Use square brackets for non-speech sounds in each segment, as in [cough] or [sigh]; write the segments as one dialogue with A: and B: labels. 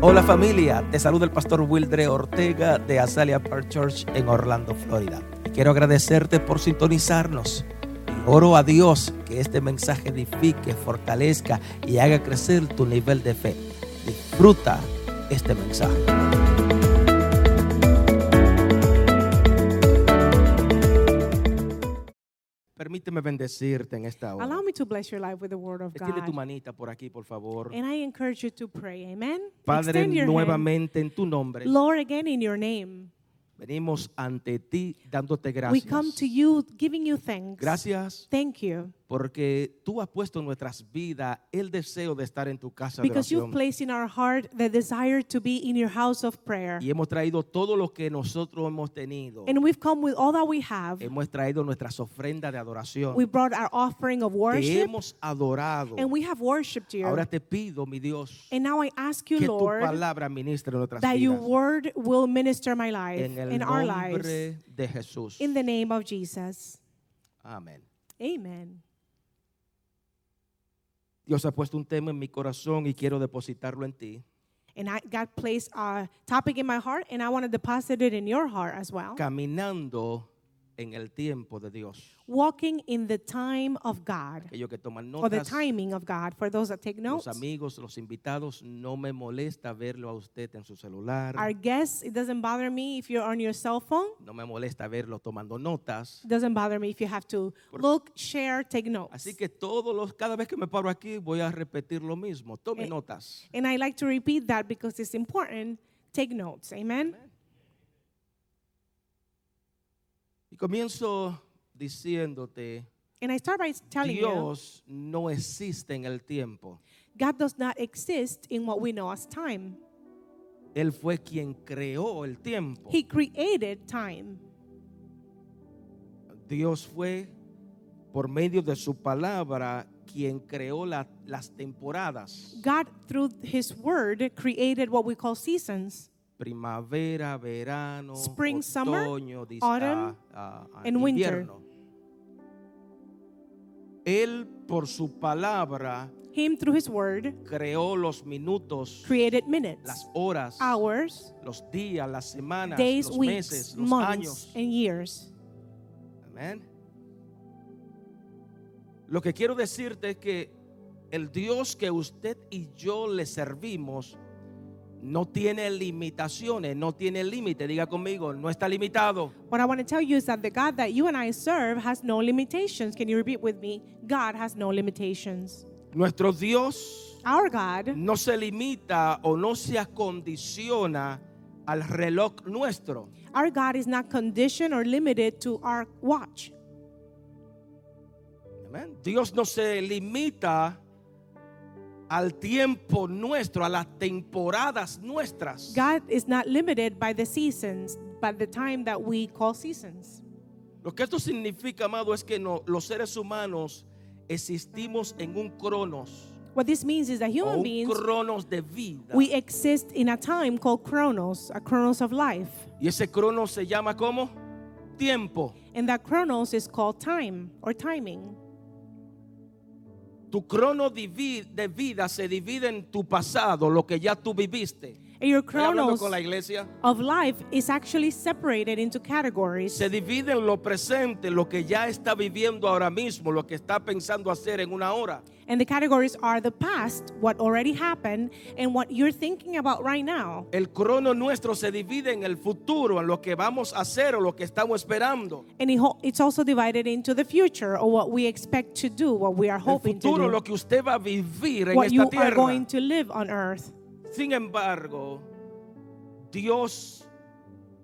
A: Hola familia, te saluda el pastor Wildre Ortega de Azalea Park Church en Orlando, Florida. Y quiero agradecerte por sintonizarnos. Y oro a Dios que este mensaje edifique, fortalezca y haga crecer tu nivel de fe. Disfruta este mensaje. Permíteme bendecirte en esta hora.
B: Allow me to bless your life with the word of
A: Extiende tu
B: God.
A: manita por aquí, por favor.
B: And I encourage you to pray. Amen.
A: Padre,
B: Extend your hand.
A: nuevamente en tu nombre.
B: Lord, again in your name,
A: Venimos ante ti dándote
B: we come
A: gracias.
B: to you giving you thanks.
A: Gracias
B: Thank you.
A: porque tú has puesto en nuestras vidas el deseo de estar en tu casa de
B: Because you've
A: oración.
B: placed in our heart the desire to be in your house of prayer.
A: Y hemos traído todo lo que nosotros hemos tenido.
B: And we've come with all that we have.
A: Hemos traído nuestras ofrendas de adoración.
B: We brought our offering of
A: Te
B: worship
A: hemos adorado.
B: and we have worshiped you.
A: Ahora te pido, mi Dios,
B: and now I ask you,
A: que tu
B: Lord,
A: palabra ministre en nuestras
B: that your
A: vidas.
B: word will minister my life
A: En el
B: in our lives.
A: nombre de Jesús.
B: In the name of Jesus.
A: Amén.
B: Amen.
A: Dios ha puesto un tema en mi corazón y quiero depositarlo en ti.
B: And I, God placed a topic in my heart, and I want to deposit it in your heart as well.
A: Caminando en el tiempo de Dios.
B: Walking in the time of God,
A: Aquellos que toman
B: or the
A: notas,
B: timing of God, for those that take
A: los
B: notes.
A: amigos, los invitados, no me molesta verlo a usted en su
B: Our
A: celular.
B: guests, it doesn't bother me if you're on your cell phone.
A: No me molesta verlo tomando notas.
B: It doesn't bother me if you have to look, share, take notes.
A: Así que todos los, cada vez que me paro aquí voy a repetir lo mismo. Tome
B: Eh.
A: notas.
B: And I like to repeat that because it's important. Take notes. Amen.
A: Y comienzo diciéndote,
B: And I start by telling you,
A: Dios no existe en el tiempo.
B: God does not exist in what we know as time.
A: Él fue quien creó el tiempo.
B: He created time.
A: Dios fue por medio de su palabra quien creó la- las temporadas.
B: God, through His Word, created what we call seasons
A: Primavera, verano,
B: Spring, summer,
A: otoño, dis-
B: autumn,
A: ah, ah,
B: and winter.
A: invierno. Él por su palabra
B: Him, through His Word,
A: creó los minutos,
B: created minutes,
A: las horas,
B: hours,
A: los días, las semanas,
B: days,
A: los
B: weeks,
A: meses, los
B: months,
A: años.
B: and years.
A: Amén. Lo que quiero decirte es que el Dios que usted y yo le servimos no tiene limitaciones, no tiene límite. Diga conmigo, no está limitado.
B: What I want to tell you is that the God that you and I serve has no limitations. Can you repeat with me? God has no limitations.
A: Nuestro Dios
B: Our God
A: no se limita o no se acondiciona al reloj nuestro.
B: our God is not conditioned or limited to our watch.
A: Amén. Dios no se limita al tiempo nuestro, a las temporadas nuestras.
B: God is not limited by the seasons, by the time that we call seasons.
A: Lo que esto significa, amado, es que no- los seres humanos existimos en un cronos,
B: What this means is that
A: o
B: human
A: un
B: beings
A: cronos de vida.
B: We exist in a time called chronos, a chronos of life.
A: y ese cronos se llama ¿cómo? Tiempo.
B: And that chronos is called time or timing.
A: Tu crono divi- de vida se divide en tu pasado, lo que ya tú viviste.
B: And your
A: Estoy hablando
B: chronos
A: con la iglesia.
B: of life is actually separated into categories.
A: Se divide en lo presente, lo que ya está viviendo ahora mismo, lo que está pensando hacer en una hora.
B: And the categories are the past, what already happened, and what you're thinking about right now.
A: El crono nuestro se divide en el futuro, en lo que vamos a hacer o lo que estamos esperando.
B: And it ho- it's also divided into the future or what we expect to do, what we are
A: El
B: hoping to
A: futuro, lo
B: do,
A: que usted va a vivir en
B: what
A: esta
B: you are
A: tierra.
B: going to live on earth.
A: Sin embargo, Dios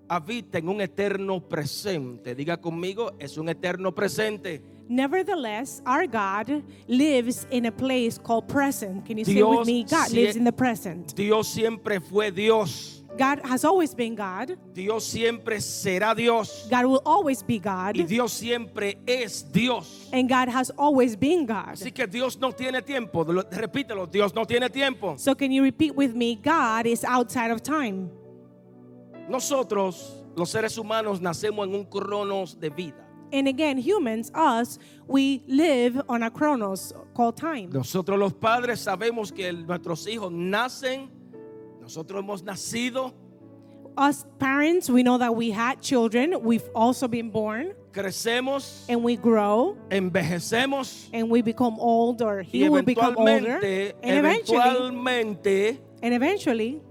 A: habita en un eterno presente. Diga conmigo, es un eterno presente.
B: Nevertheless, our God lives in a place called present. Can you say
A: Dios
B: with me? God
A: sie-
B: lives in the present.
A: Dios siempre fue Dios.
B: God has always been God.
A: Dios siempre será Dios.
B: God will always be God.
A: Y Dios siempre es Dios.
B: And God has always been God.
A: Así que Dios no tiene tiempo. Lo- Repítelo, Dios no tiene tiempo.
B: So can you repeat with me? God is outside of time.
A: Nosotros, los seres humanos, nacemos en un cronos de vida.
B: And again, humans, us, we live on a chronos called time.
A: Nosotros los padres sabemos que el- nuestros hijos nacen, Nosotros hemos nacido,
B: Us parents, we know that we had children, we've also been born,
A: crecemos,
B: and we grow,
A: envejecemos
B: and we become old, or
A: y
B: he will become older,
A: eventualmente,
B: and eventually,
A: eventualmente
B: and eventually,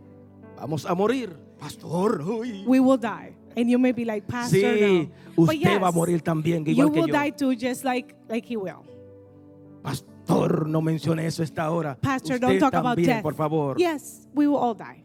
A: vamos a morir. Pastor, uy.
B: we will die. And you may be like, Pastor,
A: sí,
B: no.
A: usted va a morir también,
B: you
A: igual que
B: will
A: yo.
B: die too, just like like he will.
A: Pastor, no mencione eso a esta hora.
B: Pastor,
A: Usted
B: don't talk
A: también,
B: about death.
A: por favor.
B: Yes, we will all die.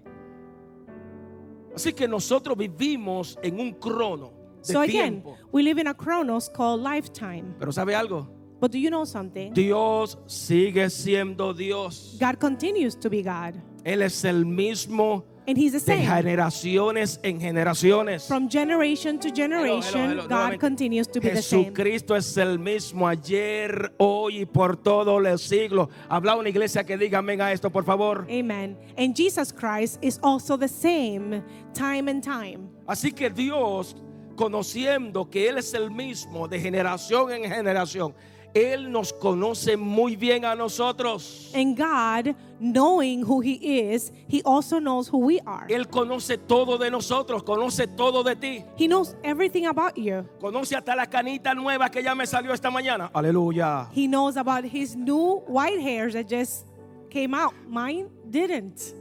A: Así que nosotros vivimos en un crono de
B: So again,
A: tiempo.
B: we live in a chronos called lifetime.
A: Pero ¿sabe algo?
B: But do you know something?
A: Dios sigue siendo Dios.
B: God continues to be God,
A: Él es el mismo
B: and He's the
A: de
B: same.
A: generaciones en generaciones.
B: From generation to
A: Hello, hello,
B: generation,
A: hello,
B: God
A: nuevamente.
B: continues to be the same.
A: Jesucristo es el mismo ayer, hoy y por todos los siglos. Habla una iglesia que diga amén a esto, por favor.
B: Amen. And Jesus Christ is also the same, time and time.
A: Así que Dios, conociendo que Él es el mismo de generación en generación, Él nos conoce muy bien a nosotros.
B: And God, knowing who He is, He also knows who we are.
A: Él conoce todo de nosotros, conoce todo de ti.
B: He knows everything about you.
A: Conoce hasta la canita nueva que ya me salió esta mañana. Aleluya.
B: He knows about his new white hairs that just came out. Mine didn't.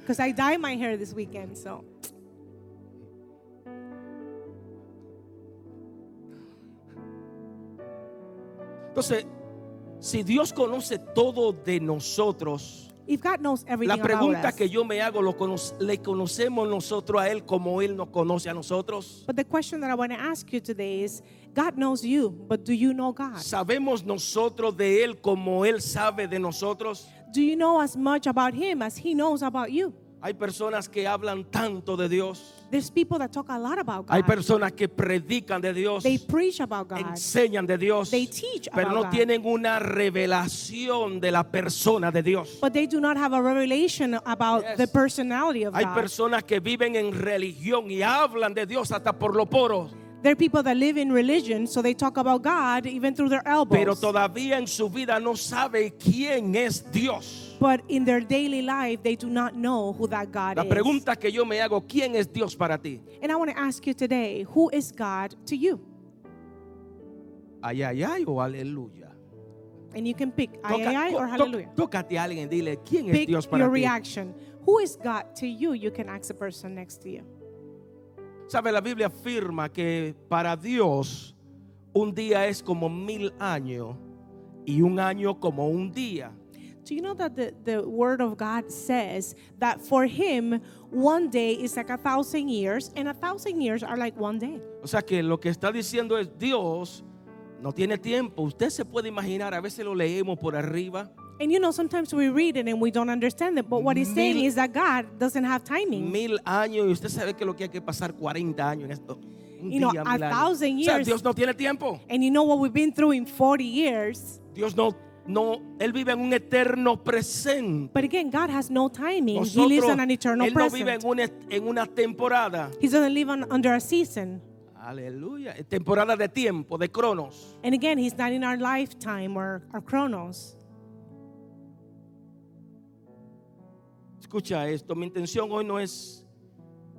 B: Because I dyed my hair this weekend, so.
A: Entonces, si Dios conoce todo de nosotros,
B: If God knows
A: la
B: everything about
A: pregunta
B: us,
A: que yo me hago, ¿lo cono- ¿le conocemos nosotros a Él como Él nos conoce a nosotros?
B: but the question that I want to ask you today is God knows you, but do you know God?
A: ¿Sabemos nosotros de Él como Él sabe de nosotros?
B: Do you know as much about Him as He knows about you?
A: Hay personas que hablan tanto de Dios.
B: There's people that talk a lot about
A: Hay
B: God.
A: personas que predican de Dios,
B: They preach about God.
A: enseñan de Dios,
B: They teach
A: pero
B: about
A: no
B: God.
A: tienen una revelación de la persona de Dios.
B: But they do not have a revelation about
A: Yes.
B: the personality of
A: Hay
B: God.
A: personas que viven en religión y hablan de Dios hasta por los poros,
B: There are people that live in religion, so they talk about God even through their elbows.
A: pero todavía en su vida no sabe quién es Dios.
B: But in their daily life, they do not know who that God
A: La
B: is.
A: pregunta que yo me hago, ¿quién es Dios para ti?
B: And I want to ask you today, who is God to you?
A: Ay, ay, ay o aleluya.
B: And you can pick ay,
A: Toca-
B: ay, ay, or
A: to-
B: hallelujah.
A: Tócate a alguien y dile, ¿quién es
B: Pick
A: Dios
B: your
A: para ti?
B: reaction. Who is God to you? You can ask the person next to you.
A: Sabe, la Biblia afirma que para Dios un día es como mil años y un año como un día.
B: Do you know that the, the word of God says that for him, one day is like a thousand years, and a thousand years are like one day.
A: O sea que lo que está diciendo es Dios no tiene tiempo. Usted se puede imaginar, a veces lo leemos por arriba.
B: And you know, sometimes we read it and we don't understand it, but what he's saying
A: Mil-
B: is that God doesn't have timing.
A: Mil años y usted sabe que lo que hay que pasar 40 años en esto. Un
B: You know,
A: día,
B: a
A: mil años.
B: thousand
A: O sea,
B: years.
A: Dios no tiene tiempo.
B: And you know what we've been through in 40 years?
A: Dios no, no, Él vive en un eterno presente.
B: But again, God has no timing.
A: Nosotros-
B: he lives on an eternal
A: él no vive
B: present.
A: en una, en una temporada.
B: he doesn't live on, under a season.
A: Aleluya. Temporada de tiempo, de cronos.
B: And again, He's not in our lifetime or our chronos.
A: Escucha esto. Mi intención hoy no es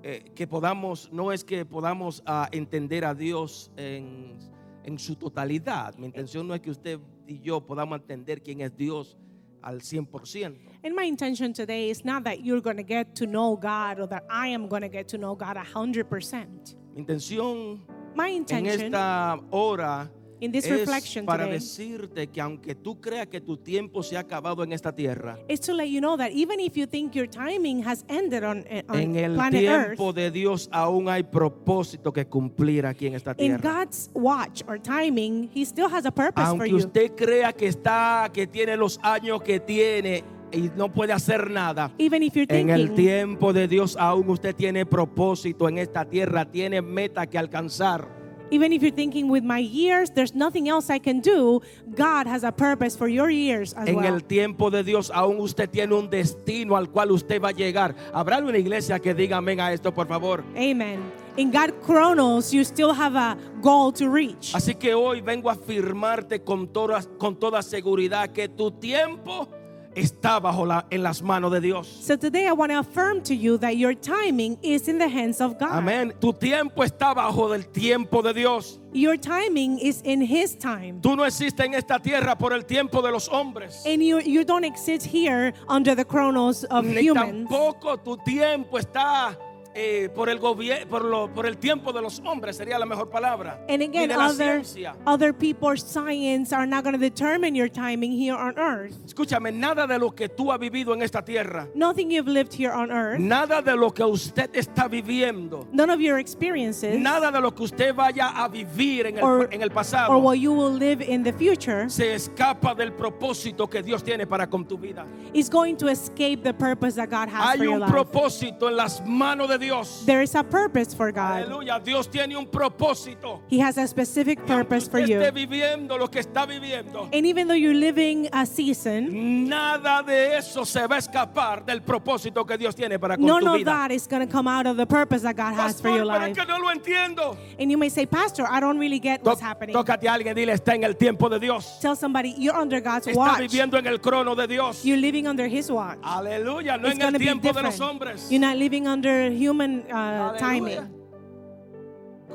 A: eh, que podamos, no es que podamos ah, entender a Dios en, en su totalidad. Mi intención no es que usted y yo podamos entender quién es Dios al 100%.
B: And my intention today is not that you're going to get to know God or that I am going to get to know God 100%.
A: Mi intención
B: My
A: en
B: intention,
A: esta hora
B: In this
A: es
B: reflection
A: para
B: today.
A: decirte que aunque tú creas que tu tiempo se ha acabado en esta tierra,
B: is to let you know that even if you think your timing has ended on, eh, on
A: en el
B: planet Earth,
A: tiempo de Dios aún hay propósito que cumplir aquí en esta
B: in
A: tierra.
B: God's watch or timing, He still has a purpose for
A: Aunque
B: you.
A: usted crea que está, que tiene los años que tiene y no puede hacer nada.
B: even if you're
A: En el
B: thinking,
A: tiempo de Dios aún usted tiene propósito en esta tierra, tiene meta que alcanzar.
B: even if you're thinking, with my years, there's nothing else I can do, God has a purpose for your years as
A: En
B: well.
A: el tiempo de Dios aún usted tiene un destino al cual usted va a llegar. Habrá una iglesia que diga amén a esto, por favor.
B: Amen. In God Chronos, you still have a goal to reach.
A: Así que hoy vengo a afirmarte con toda, con toda seguridad que tu tiempo está bajo la, en las manos de Dios.
B: So today I want to affirm to you that your timing is in the hands of God.
A: Amén. Tu tiempo está bajo del tiempo de Dios.
B: Your timing is in His time.
A: Tú no existes en esta tierra por el tiempo de los hombres.
B: And you, you don't exist here under the chronos of
A: Ni
B: humans.
A: tampoco tu tiempo está eh, por, el gobier- por, lo- por el tiempo de los hombres, sería la mejor palabra.
B: And
A: Ni
B: again,
A: de la
B: other,
A: ciencia.
B: other people's science are not going to determine your timing here on earth.
A: Escúchame, nada de lo que tú has vivido en esta tierra,
B: Nothing you've lived here on earth,
A: nada de lo que usted está viviendo,
B: none of your experiences,
A: nada de lo que usted vaya a vivir en el,
B: Or-
A: en el
B: or
A: pasado,
B: what you will live in the future,
A: se escapa del propósito que Dios tiene para con tu vida.
B: is going to escape the purpose that God has for
A: Hay
B: your
A: un
B: life.
A: propósito en las manos de Dios.
B: There is a purpose for God.
A: Aleluya, Dios tiene un propósito.
B: He has a specific purpose for
A: Usted esté
B: you.
A: viviendo lo que está viviendo.
B: And even though you're living a season,
A: Nada de eso se va a escapar del propósito que Dios tiene para con
B: none
A: tu
B: of
A: vida.
B: that is going to come out of the purpose that God has
A: Pastor,
B: for your
A: pero es
B: life.
A: que no lo entiendo.
B: And you may say, Pastor, I don't really get what's
A: Tó-
B: happening.
A: Tócate a alguien, dile, está en el tiempo de Dios.
B: Tell somebody, you're under God's
A: Está
B: watch.
A: viviendo en el crono de Dios.
B: You're living under His watch.
A: Aleluya, no en
B: It's going
A: el
B: to be
A: tiempo de los
B: different.
A: hombres.
B: You're not living under human uh,
A: Aleluya.
B: timing.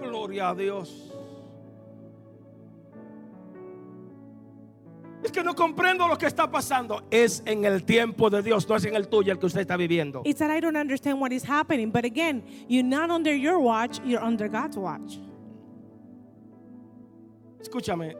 A: Gloria a Dios. Es que no comprendo lo que está pasando. Es en el tiempo de Dios, no es en el tuyo el que usted está viviendo.
B: It's that I don't understand what is happening. But again, you're not under your watch, you're under God's watch.
A: Escúchame,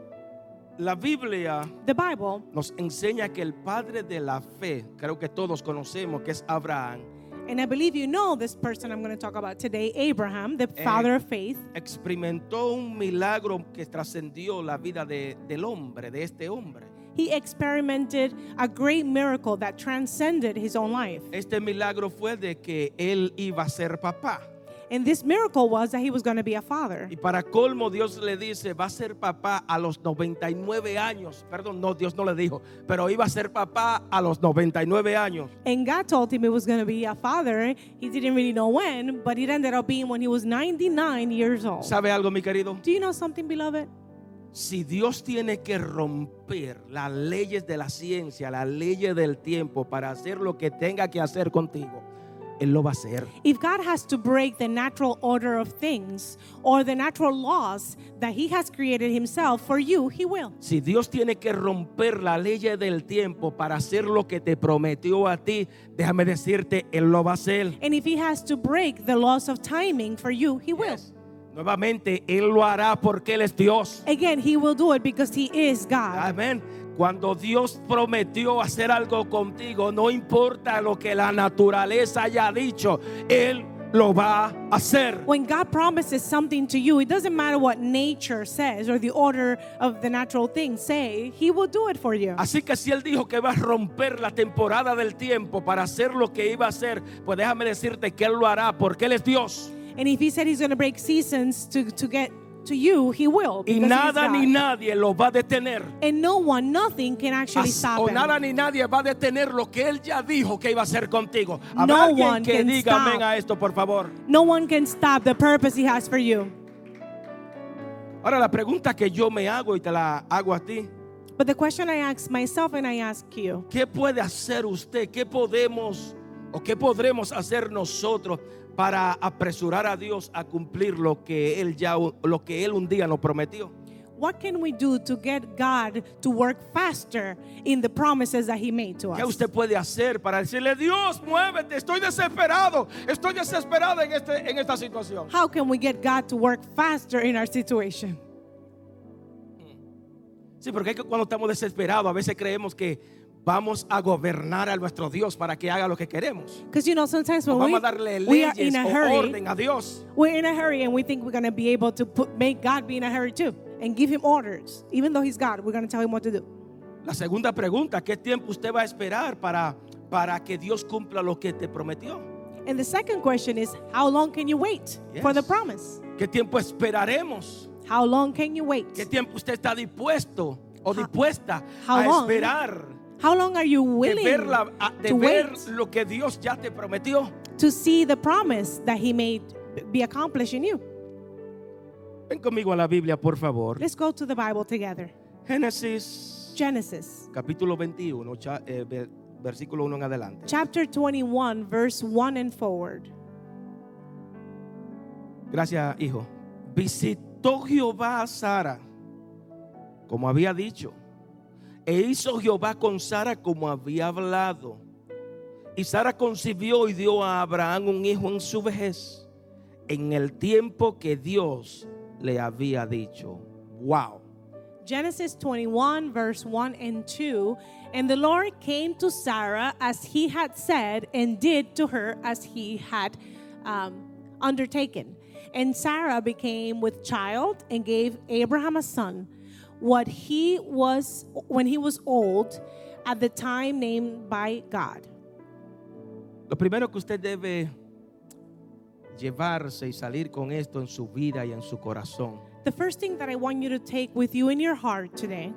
A: la Biblia
B: The Bible,
A: nos enseña que el padre de la fe, creo que todos conocemos que es Abraham,
B: and I believe you know this person I'm going to talk about today, Abraham, the
A: Eh.
B: father of faith.
A: experimentó un milagro que trascendió la vida de- del hombre, de este hombre.
B: He experimented a great miracle that transcended his own life.
A: Este milagro fue de que él iba a ser papá.
B: And this miracle was that he was going to be a father.
A: Y para colmo, Dios le dice, va a ser papá a los 99 años. Perdón, no, Dios no le dijo, pero iba a ser papá a los 99 años.
B: And God told him he was going to be a father. He didn't really know when, but it ended up being when he was 99 years old.
A: ¿Sabe algo, mi querido?
B: Do you know something, beloved?
A: Si Dios tiene que romper las leyes de la ciencia, las leyes del tiempo para hacer lo que tenga que hacer contigo, Él lo va a hacer.
B: If God has to break the natural order of things or the natural laws that he has created himself for you, he will.
A: Si Dios tiene que romper la ley del tiempo para hacer lo que te prometió a ti, déjame decirte, Él lo va a hacer.
B: And if he has to break the laws of timing for you, he will.
A: Yes. Nuevamente, Él lo hará porque Él es Dios.
B: Again, he will do it because he is God.
A: Amén. Cuando Dios prometió hacer algo contigo, no importa lo que la naturaleza haya dicho, Él lo va a hacer.
B: When God promises something to you, it doesn't matter what nature says or the order of the natural things say, he will do it for you.
A: Así que si Él dijo que va a romper la temporada del tiempo para hacer lo que iba a hacer, pues déjame decirte que Él lo hará porque Él es Dios.
B: And if he said he's going to break seasons to, to get to you, he will.
A: Y
B: because he is
A: nada
B: God.
A: ni nadie lo va a detener.
B: And no one, nothing can actually
A: As-
B: stop
A: o
B: him.
A: nada ni nadie va a detener lo que Él ya dijo que iba a hacer contigo.
B: No
A: Habrá
B: one
A: alguien que
B: can
A: diga amén
B: stop.
A: a esto, por favor.
B: No one can stop the purpose he has for you.
A: Ahora la pregunta que yo me hago y te la hago a ti,
B: But the question I ask myself and I ask you
A: ¿qué puede hacer usted? ¿Qué podemos o qué podremos hacer nosotros para apresurar a Dios a cumplir lo que él ya lo que él un día nos prometió?
B: what can we do to get God to work faster in the promises that he made to
A: ¿Qué
B: us?
A: usted puede hacer para decirle, Dios, muévete, estoy desesperado, estoy desesperado en, este, en esta situación?
B: How can we get God to work faster in our situation?
A: Sí, porque es que cuando estamos desesperados a veces creemos que vamos a gobernar a nuestro Dios para que haga lo que queremos.
B: Because you know, sometimes
A: O
B: when
A: vamos a darle
B: we, we are
A: leyes
B: in a
A: o
B: hurry,
A: orden a Dios.
B: we're in a hurry and we think we're going to be able to put, make God be in a hurry too and give him orders. Even though he's God, we're going to tell him what to do.
A: La segunda pregunta, ¿qué tiempo usted va a esperar para, para que Dios cumpla lo que te prometió?
B: And the second question is how long can you wait for
A: Yes.
B: the promise?
A: ¿Qué tiempo esperaremos?
B: How long can you wait?
A: ¿Qué tiempo usted está dispuesto o dispuesta
B: how
A: a
B: long
A: esperar
B: How long are you
A: de
B: willing
A: ver, la- a- de
B: to
A: ver
B: wait
A: lo que Dios ya te prometió?
B: to see the promise that He made be accomplished in you?
A: Ven conmigo a la Biblia, por favor.
B: Let's go to the Bible together.
A: Génesis
B: Genesis
A: capítulo 21, cha- eh, ve- versículo 1 en adelante.
B: chapter 21, verse 1 and forward.
A: Gracias, hijo. Visitó Jehová a Sara, como había dicho, e hizo Jehová con Sara como había hablado. Y Sara concibió y dio a Abraham un hijo en su vejez, en el tiempo que Dios le había dicho. Wow.
B: Genesis 21, verse 1 and 2. And the Lord came to Sarah as he had said, and did to her as he had um, undertaken. And Sarah became with child and gave Abraham a son. What he was when he was old, at the time named by God.
A: Lo primero que usted debe llevarse y salir con esto en su vida y en su corazón.
B: The first thing that I want you to take with you in your heart today,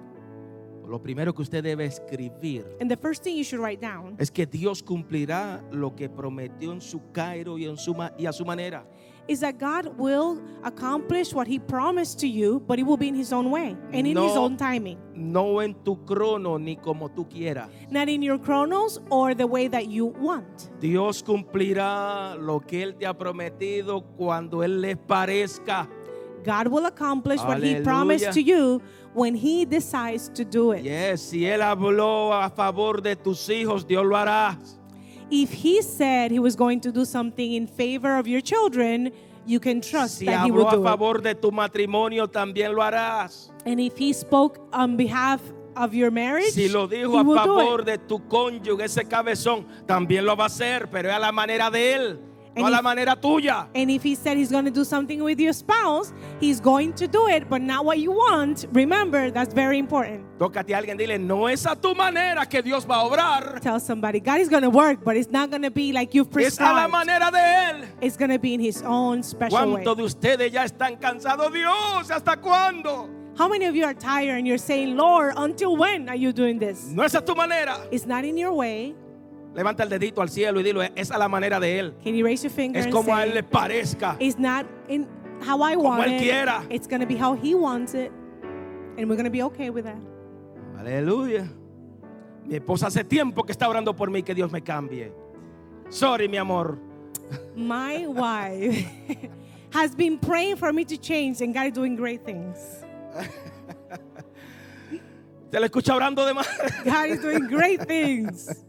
A: Lo primero que usted debe escribir
B: and the first thing you should write down,
A: es que Dios cumplirá lo que prometió en su Cairo y, en su ma- y a su manera.
B: is that God will accomplish what He promised to you, but it will be in His own way and in
A: No.
B: His own timing,
A: No en tu crono ni como tú quieras.
B: not in your chronos or the way that you want.
A: Dios cumplirá lo que Él te ha prometido cuando Él les parezca.
B: God will accomplish what He
A: Hallelujah.
B: promised to you when He decides to do it.
A: Yes, si Él habló a favor de tus hijos, Dios lo hará.
B: If He said He was going to do something in favor of your children, you can trust
A: Si
B: that He will
A: habló a
B: do
A: favor de tu matrimonio, también lo harás.
B: it. And if He spoke on behalf of your marriage,
A: Si lo dijo
B: He
A: a
B: will do
A: favor
B: it.
A: de tu cónyuge, ese cabezón, también lo va a hacer, pero es a la manera de Él, no a
B: And
A: la
B: if-
A: manera tuya.
B: And if he said he's going to do something with your spouse, he's going to do it, but not what you want. Remember, that's very important.
A: Tócate a alguien, dile, no es a tu manera que Dios va a obrar,
B: Tell somebody, God is going to work, but it's not going to be like you've
A: es a la
B: prescribed.
A: manera de Él.
B: It's going to be in his own special way.
A: ¿Cuántos de ustedes ya están cansados? Dios, ¿hasta cuándo?
B: How many of you are tired and you're saying, Lord, until when are you doing this?
A: No es a tu manera.
B: It's not in your way.
A: Levanta el dedito al cielo y dile, es a la manera de Él.
B: Can you raise your finger
A: Es
B: and
A: como
B: say,
A: a Él le parezca.
B: it's not in how I want
A: él
B: it.
A: quiera.
B: It's going to be how he wants it. And we're going to be okay with that.
A: Aleluya. Mi esposa hace tiempo que está orando por mí que Dios me cambie. Sorry, mi amor.
B: My wife [laughs] has been praying for me to change, and God is doing great things.
A: Te la escucha orando de más. [laughs]
B: God is doing great things.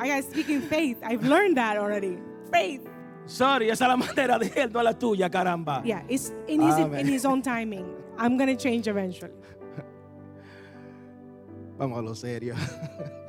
B: I gotta speak in faith. I've learned that already. Faith.
A: Sorry, esa es la manera de Él, no la tuya, caramba.
B: Yeah, it's in his,
A: Amen.
B: in his own timing. I'm gonna change eventually.
A: Vamos a lo serio.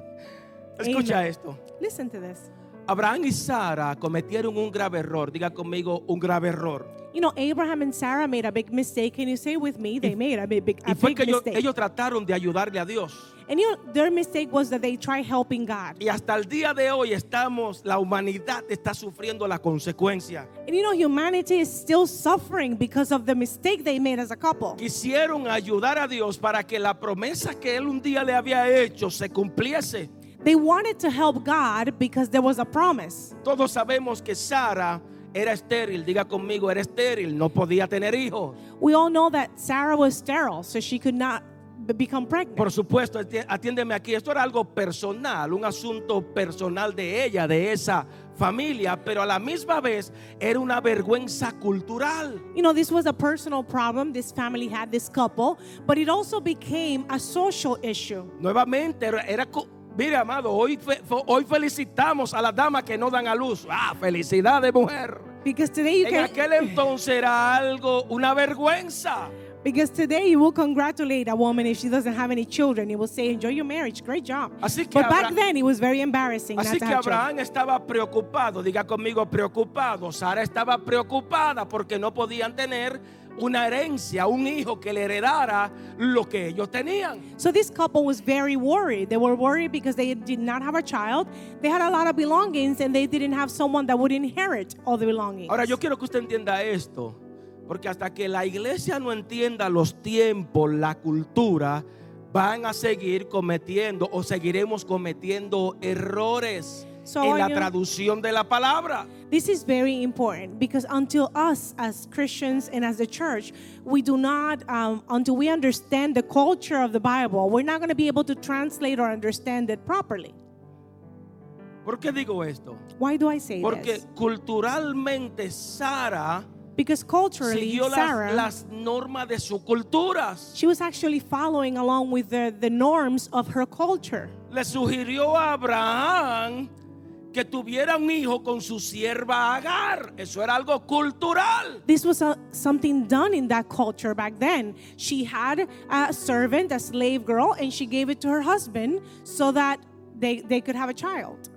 A: [laughs] Escucha esto.
B: Listen to this.
A: Abraham y Sara cometieron un grave error. Diga conmigo, un grave error.
B: You know, Abraham and Sarah made a big mistake. Can you say with me? They made a big, big,
A: Y
B: a
A: fue
B: big
A: que ellos,
B: mistake.
A: ellos trataron de ayudarle a Dios.
B: and you know, their mistake was that they tried helping God.
A: Y hasta el día de hoy estamos, la humanidad está sufriendo la consecuencia.
B: And you know, humanity is still suffering because of the mistake they made as a couple.
A: Quisieron ayudar a Dios para que la promesa que Él un día le había hecho se cumpliese.
B: They wanted to help God because there was a promise.
A: Todos sabemos que Sara era estéril. Diga conmigo, era estéril. No podía tener hijos.
B: We all know that Sarah was sterile, so she could not b- become pregnant.
A: Por supuesto, ati- atiéndeme aquí, esto era algo personal, un asunto personal de ella, de esa familia, pero a la misma vez era una vergüenza cultural.
B: you know, this was a personal problem this family had, this couple, but it also became a social issue.
A: Nuevamente, era, era co- mire amado, hoy, fe- fo- hoy felicitamos a las damas que no dan a luz. Ah, felicidades mujer.
B: Because today you
A: En
B: can,
A: aquel e-, entonces era algo, una vergüenza.
B: because today you will congratulate a woman if she doesn't have any children. You will say, "Enjoy your marriage, great job."
A: Así que
B: but back
A: Abra-
B: then it was very embarrassing. not
A: Así
B: to
A: que
B: have children.
A: Abraham estaba preocupado, diga conmigo preocupado. Sara estaba preocupada porque no podían tener una herencia, un hijo que le heredara lo que ellos tenían.
B: So this couple was very worried. They were worried because they did not have a child. They had a lot of belongings and they didn't have someone that would inherit all the belongings.
A: Ahora yo quiero que usted entienda esto, porque hasta que la iglesia no entienda los tiempos, la cultura, van a seguir cometiendo o seguiremos cometiendo errores
B: So
A: en la
B: yo-
A: traducción de la palabra.
B: This is very important because until us as Christians and as the church, we do not, um, until we understand the culture of the Bible, we're not going to be able to translate or understand it properly.
A: ¿Por qué digo esto?
B: Why do I say
A: Porque
B: this?
A: culturalmente Sara
B: Because culturally,
A: siguió las,
B: Sarah,
A: las normas de sus culturas.
B: she was actually following along with the, the norms of her culture.
A: Le sugirió a Abraham que tuviera un hijo con su sierva Agar. Eso era algo cultural.
B: This was a, something done in that culture back then. She had a servant, a slave girl, and she gave it to her husband so that they, they could have a child.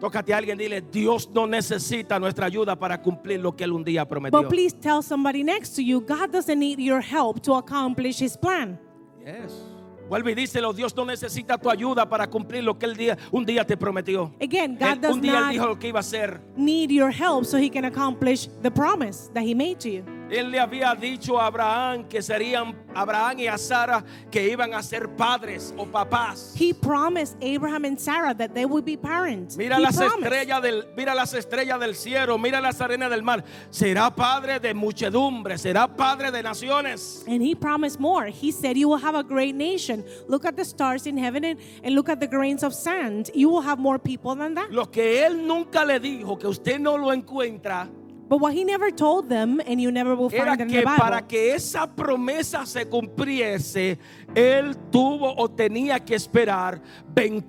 A: Tócate a alguien, dile, Dios no necesita nuestra ayuda para cumplir lo que él un día prometió.
B: But please tell somebody next to you, God doesn't need your help to accomplish his plan.
A: Yes. Vuelve y díselo, Dios no necesita tu ayuda para cumplir lo que él día, un día te prometió.
B: Again, God
A: Él-
B: does
A: un día él
B: not-
A: dijo lo que iba a hacer.
B: Need your help so he can accomplish the promise that he made to you.
A: Él le había dicho a Abraham que serían Abraham y a Sara que iban a ser padres o papás.
B: He promised Abraham and Sarah that they would be parents.
A: Mira
B: he
A: las
B: promised.
A: estrellas del mira las estrellas del cielo, mira las arenas del mar. Será padre de muchedumbre, será padre de naciones.
B: And he promised more. He said, You will have a great nation. Look at the stars in heaven and, and look at the grains of sand. You will have more people than that.
A: Lo que él nunca le dijo que usted no lo encuentra
B: But what he never told them, and you never will
A: era
B: find it in
A: que
B: the
A: para
B: Bible,
A: que esa promesa se cumpliese, él tuvo o tenía que esperar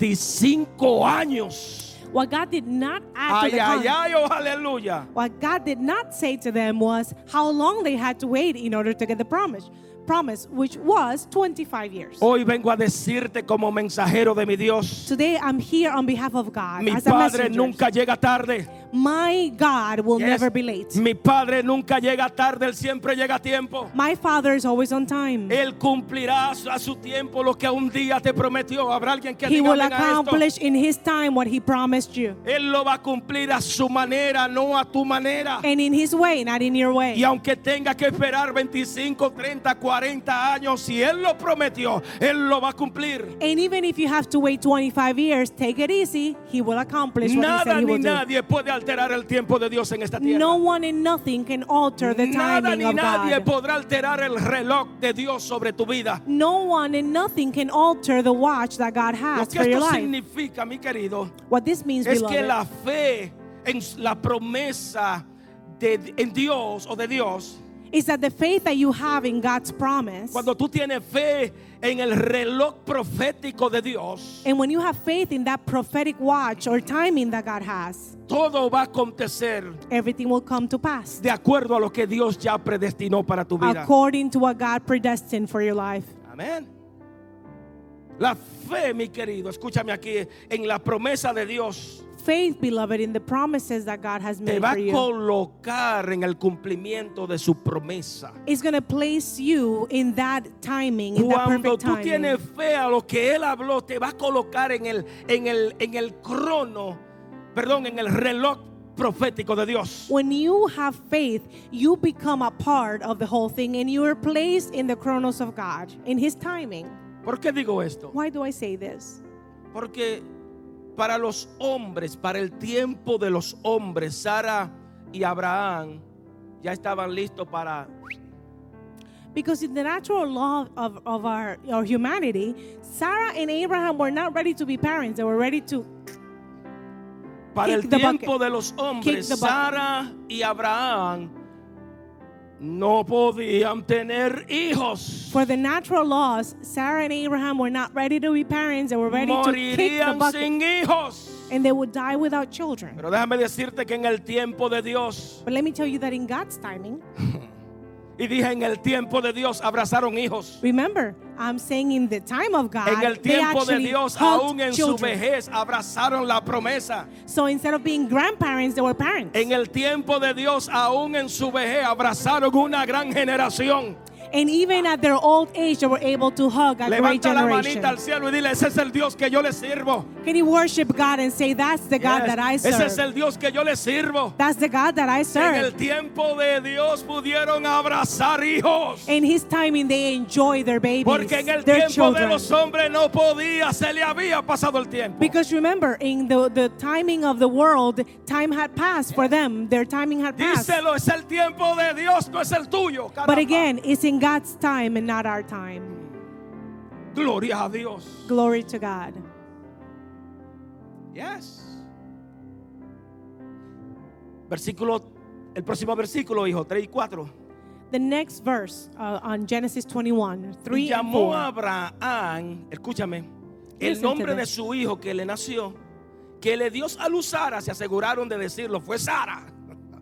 A: 25 años.
B: what God did not add to
A: Ay,
B: the
A: ay,
B: con-
A: ay, oh, aleluya.
B: what God did not say to them was how long they had to wait in order to get the promise, promise which was 25 years.
A: Hoy vengo a decirte como mensajero de mi Dios,
B: Today I'm here on behalf of God
A: mi
B: as a
A: Padre
B: messenger.
A: nunca llega tarde.
B: My God will
A: Yes.
B: never be late.
A: Mi Padre nunca llega tarde, Él siempre llega a tiempo.
B: My Father is always on time.
A: Él cumplirá a su- a su tiempo lo que un día te prometió. Habrá alguien que diga
B: He will
A: "Amén" a esto.
B: accomplish in His time what He promised you.
A: Él lo va a cumplir a su manera, no a tu manera.
B: And in His way, not in your
A: Y
B: way.
A: aunque tenga que esperar 25, 30, 40 años, si Él lo prometió, Él lo va a cumplir.
B: And even if you have to wait 25 years, take it easy. He will accomplish what He said
A: Nada
B: He
A: ni
B: will do.
A: nadie puede alterar el tiempo de Dios en esta tierra.
B: No one and nothing can alter the
A: Nada
B: timing
A: ni
B: of
A: nadie
B: God.
A: podrá alterar el reloj de Dios sobre tu vida.
B: No one and nothing can alter the watch that God
A: Lo
B: has
A: que
B: for your
A: esto
B: life.
A: significa, mi querido,
B: What this means,
A: es que
B: beloved,
A: la fe en la promesa de, en Dios o de Dios,
B: is that the faith that you have in God's promise,
A: cuando tú tienes fe en el reloj profético de Dios,
B: and when you have faith in that prophetic watch or timing that God has,
A: todo va a acontecer
B: everything will come to pass
A: de acuerdo a lo que Dios ya predestinó para tu vida.
B: according to what God predestined for your life.
A: Amén. La fe, mi querido, escúchame aquí, en la promesa de Dios
B: Faith, beloved, in the promises that God has
A: te
B: made
A: va a
B: for you
A: colocar en el cumplimiento de su promesa.
B: is going to place you in that timing, in that
A: Cuando
B: perfect
A: tú tienes
B: timing.
A: fe a lo que él habló, te va a colocar en el, en el, en el crono, perdón, en el reloj profético de Dios.
B: When you have faith, you become a part of the whole thing and you are placed in the chronos of God, in His timing.
A: ¿Por qué digo esto?
B: Why do I say this?
A: Porque para los hombres, para el tiempo de los hombres, Sara y Abraham ya estaban listos para...
B: Because in the natural law of, of our, our humanity, Sarah and Abraham were not ready to be parents. They were ready to
A: Para el
B: Kick the bucket.
A: tiempo de los hombres,
B: the bucket.
A: Sara y Abraham no podían tener hijos.
B: For the natural laws, Sarah and Abraham were not ready to be parents. They were ready to kick the
A: morirían
B: bucket
A: sin hijos.
B: and they would die without children.
A: Pero déjame decirte que en el tiempo de Dios,
B: But let me tell you that in God's timing,
A: y dije en el tiempo de Dios, abrazaron hijos.
B: remember, I'm saying in the time of God,
A: En el
B: they
A: tiempo de
B: actually
A: Dios,
B: hugged
A: aún en su
B: children.
A: vejez, abrazaron la promesa.
B: So instead of being grandparents, they were parents.
A: En el tiempo de Dios, aún en su vejez, abrazaron una gran generación.
B: and even at their old age, they were able to hug a great
A: Levanta la
B: generation.
A: manita al cielo y dile, ese es el Dios que yo le sirvo.
B: Can you worship God and say, That's the God
A: Yes,
B: that I
A: Ese es
B: serve?
A: el Dios que yo le sirvo.
B: That's the God that I
A: En
B: serve.
A: el tiempo de Dios pudieron abrazar hijos.
B: in his timing, they enjoy their babies,
A: Porque en el
B: their
A: tiempo
B: children.
A: de los hombres no podía, se le había pasado el tiempo.
B: Because remember, in the, the timing of the world, time had passed for them. Their timing had passed.
A: Díselo, es el tiempo de Dios, no es el tuyo. caramba.
B: But again, it's in God's time and not our time.
A: gloria a Dios.
B: Glory to God.
A: Yes. Versículo, el próximo versículo, hijo, 3 y 4.
B: The next verse uh, on Genesis 21,
A: Y
B: 3 and
A: llamó a
B: 4.
A: Abraham, escúchame, el
B: Listen to
A: nombre de
B: this.
A: su hijo que le nació, que le dio a luz Sara, se aseguraron de decirlo, fue Sara. [laughs]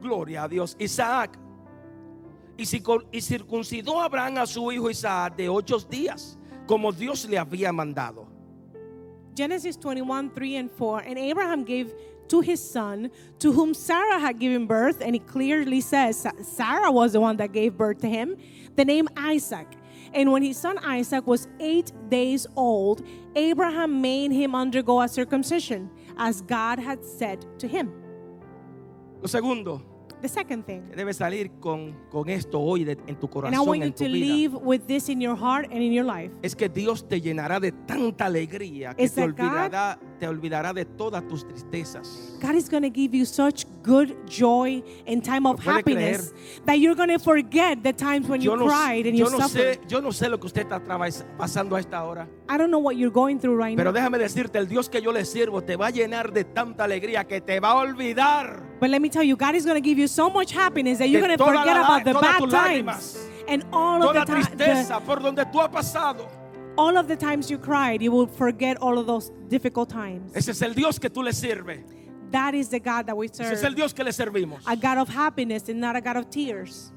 A: Gloria a Dios. Isaac. Y circun- y circuncidó Abraham a su hijo Isaac de ocho días, como Dios le había mandado.
B: Genesis 21, 3 and 4. And Abraham gave to his son, to whom Sarah had given birth, and it clearly says Sa- Sarah was the one that gave birth to him, the name Isaac. And when his son Isaac was eight days old, Abraham made him undergo a circumcision, as God had said to him.
A: Lo segundo,
B: The second thing.
A: que debe salir con, con esto hoy de- en tu
B: And I
A: corazón,
B: want you
A: en tu
B: to
A: vida,
B: leave with this in your heart and in your life.
A: es que Dios te llenará de tanta alegría que
B: Is
A: te
B: that God?
A: olvidará, te olvidará de todas tus tristezas.
B: God is going to give you such good joy and time of
A: Lo puede
B: happiness that you're going to forget the times when you
A: Yo no,
B: cried and you
A: yo, no
B: suffered.
A: sé, yo no sé lo que usted está traves- pasando a esta hora,
B: I don't know what you're going through right
A: pero
B: now.
A: déjame decirte, el Dios que yo le sirvo te va a llenar de tanta alegría que te va a olvidar.
B: But let me tell you, God is going to give you so much happiness that you're
A: De
B: going to
A: toda
B: forget
A: la-
B: about the
A: todas
B: bad
A: tus
B: times
A: lágrimas,
B: and all of
A: Toda
B: the, ti- the
A: tristeza por donde tú has pasado.
B: all of the times you cried. You will forget all of those difficult times.
A: Ese es el Dios que tú le sirves.
B: That is the God that we
A: Ese es el
B: serve.
A: Dios que le servimos.
B: A God of happiness and not a God of tears.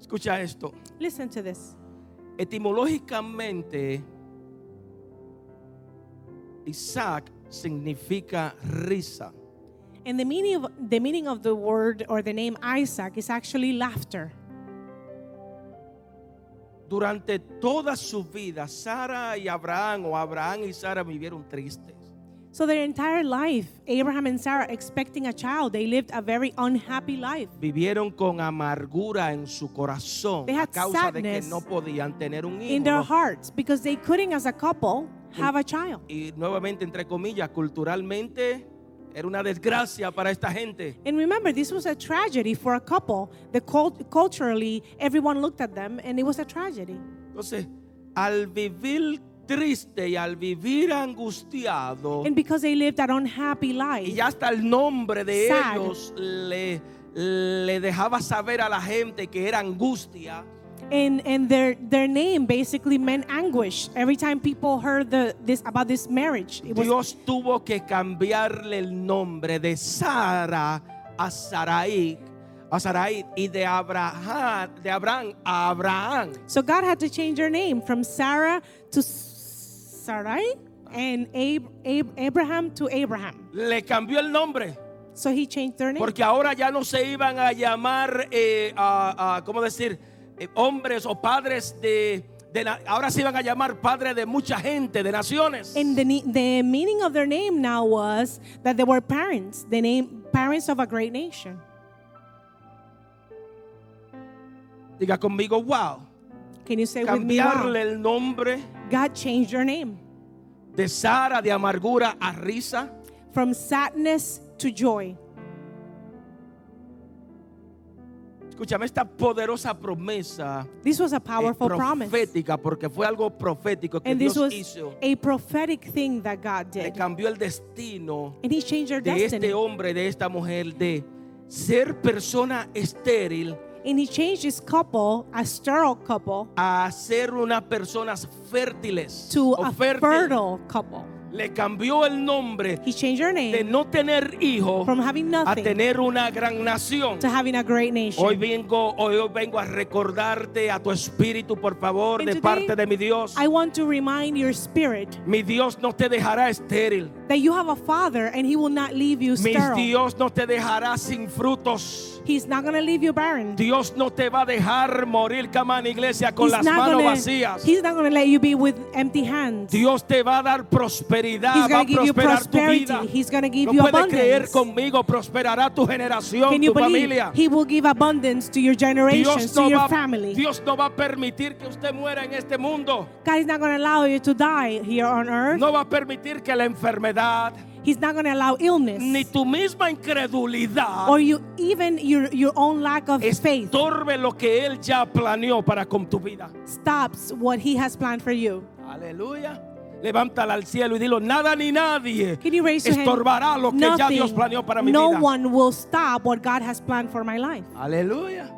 A: Escucha esto.
B: Listen to this.
A: Etimológicamente, Isaac significa risa.
B: And the meaning of the meaning of the word or the name Isaac is actually laughter.
A: Durante toda su vida, Sara y Abraham o Abraham y Sara vivieron tristes.
B: So their entire life, Abraham and Sarah expecting a child, they lived a very unhappy life.
A: vivieron con amargura en su corazón
B: They
A: a
B: had
A: causa de que
B: sadness
A: no podían tener un
B: in
A: hijo.
B: their
A: ¿no?
B: hearts because they couldn't, as a couple, have a child.
A: Y nuevamente, entre comillas, culturalmente era una desgracia para esta gente.
B: And remember, this was a tragedy for a couple. The cult- culturally, everyone looked at them, and it was a tragedy.
A: Entonces, al vivir triste y al vivir angustiado,
B: And because they lived an unhappy
A: y
B: life,
A: ya hasta el nombre de
B: Sad.
A: ellos le, le dejaba saber a la gente que era angustia,
B: and and their their name basically meant anguish. Every time people heard the this about this marriage, it was
A: Dios tuvo que cambiarle el nombre de Sara a Sarai, a Sarai y de Abraham, de Abraham a Abraham.
B: so God had to change their name from Sarah to S- Sarai and Ab- Ab- Abraham to Abraham.
A: Le cambió el nombre
B: So He changed their name.
A: porque ahora ya no se iban a llamar, eh, a- a, ¿cómo decir? eh, hombres o padres de, de na- ahora se iban a llamar padres de mucha gente, de naciones.
B: And the, ne- the meaning of their name now was that they were parents, the name parents of a great nation.
A: Diga conmigo, wow.
B: Can you say with me? wow?
A: Cambiarle el nombre
B: God changed their name
A: de Sara de amargura a risa.
B: from sadness to joy.
A: Escúchame, esta poderosa promesa
B: This was a
A: es
B: powerful promise.
A: profética, porque fue algo profético que
B: And
A: Dios
B: this was
A: hizo.
B: a prophetic thing that God
A: Le
B: did.
A: cambió el destino
B: And He changed their
A: de
B: destiny.
A: este hombre, de esta mujer, de ser persona estéril
B: And He changed this couple, a sterile couple,
A: a ser unas personas fértiles.
B: to
A: o
B: a
A: fértil.
B: fertile couple.
A: Le cambió el nombre
B: He changed their
A: de
B: name
A: no tener hijos
B: from having
A: a
B: nothing
A: tener una gran nación.
B: to having a great nation.
A: Hoy vengo, hoy hoy vengo a recordarte a tu espíritu, por favor,
B: And
A: de
B: today,
A: parte de mi Dios.
B: I want to remind your spirit
A: Mi Dios no te dejará estéril.
B: that you have a father and he will not leave you
A: Mi
B: sterile.
A: Dios no te dejará sin frutos.
B: He's not going to leave you barren.
A: Dios no te va a dejar morir, cama en iglesia, con
B: he's,
A: las
B: not
A: manos
B: gonna,
A: vacías.
B: he's not going to let you be with empty hands.
A: Dios te va a dar prosperidad,
B: He's
A: va a
B: gonna give you
A: prosperar tu
B: prosperity.
A: vida.
B: He's gonna give
A: no
B: you
A: puedes creer
B: abundance.
A: conmigo, prosperará tu generación,
B: Can you
A: tu
B: believe
A: familia.
B: he will give abundance to your generations,
A: Dios no,
B: to your
A: va,
B: family?
A: Dios no va a permitir que usted muera en este mundo.
B: God is not going to allow you to die here on earth.
A: No va a permitir que la enfermedad,
B: He's not going to allow illness
A: ni tu misma incredulidad,
B: or you even your your own lack of faith
A: estorbe lo que Él ya planeó para con tu vida.
B: stops what he has planned for you.
A: Aleluya. Levántala al cielo y dilo, nada ni nadie
B: Can you raise your hand?
A: estorbará lo que ya
B: Nothing,
A: Dios planeó para mi
B: no
A: vida.
B: one will stop what God has planned for my life.
A: Aleluya.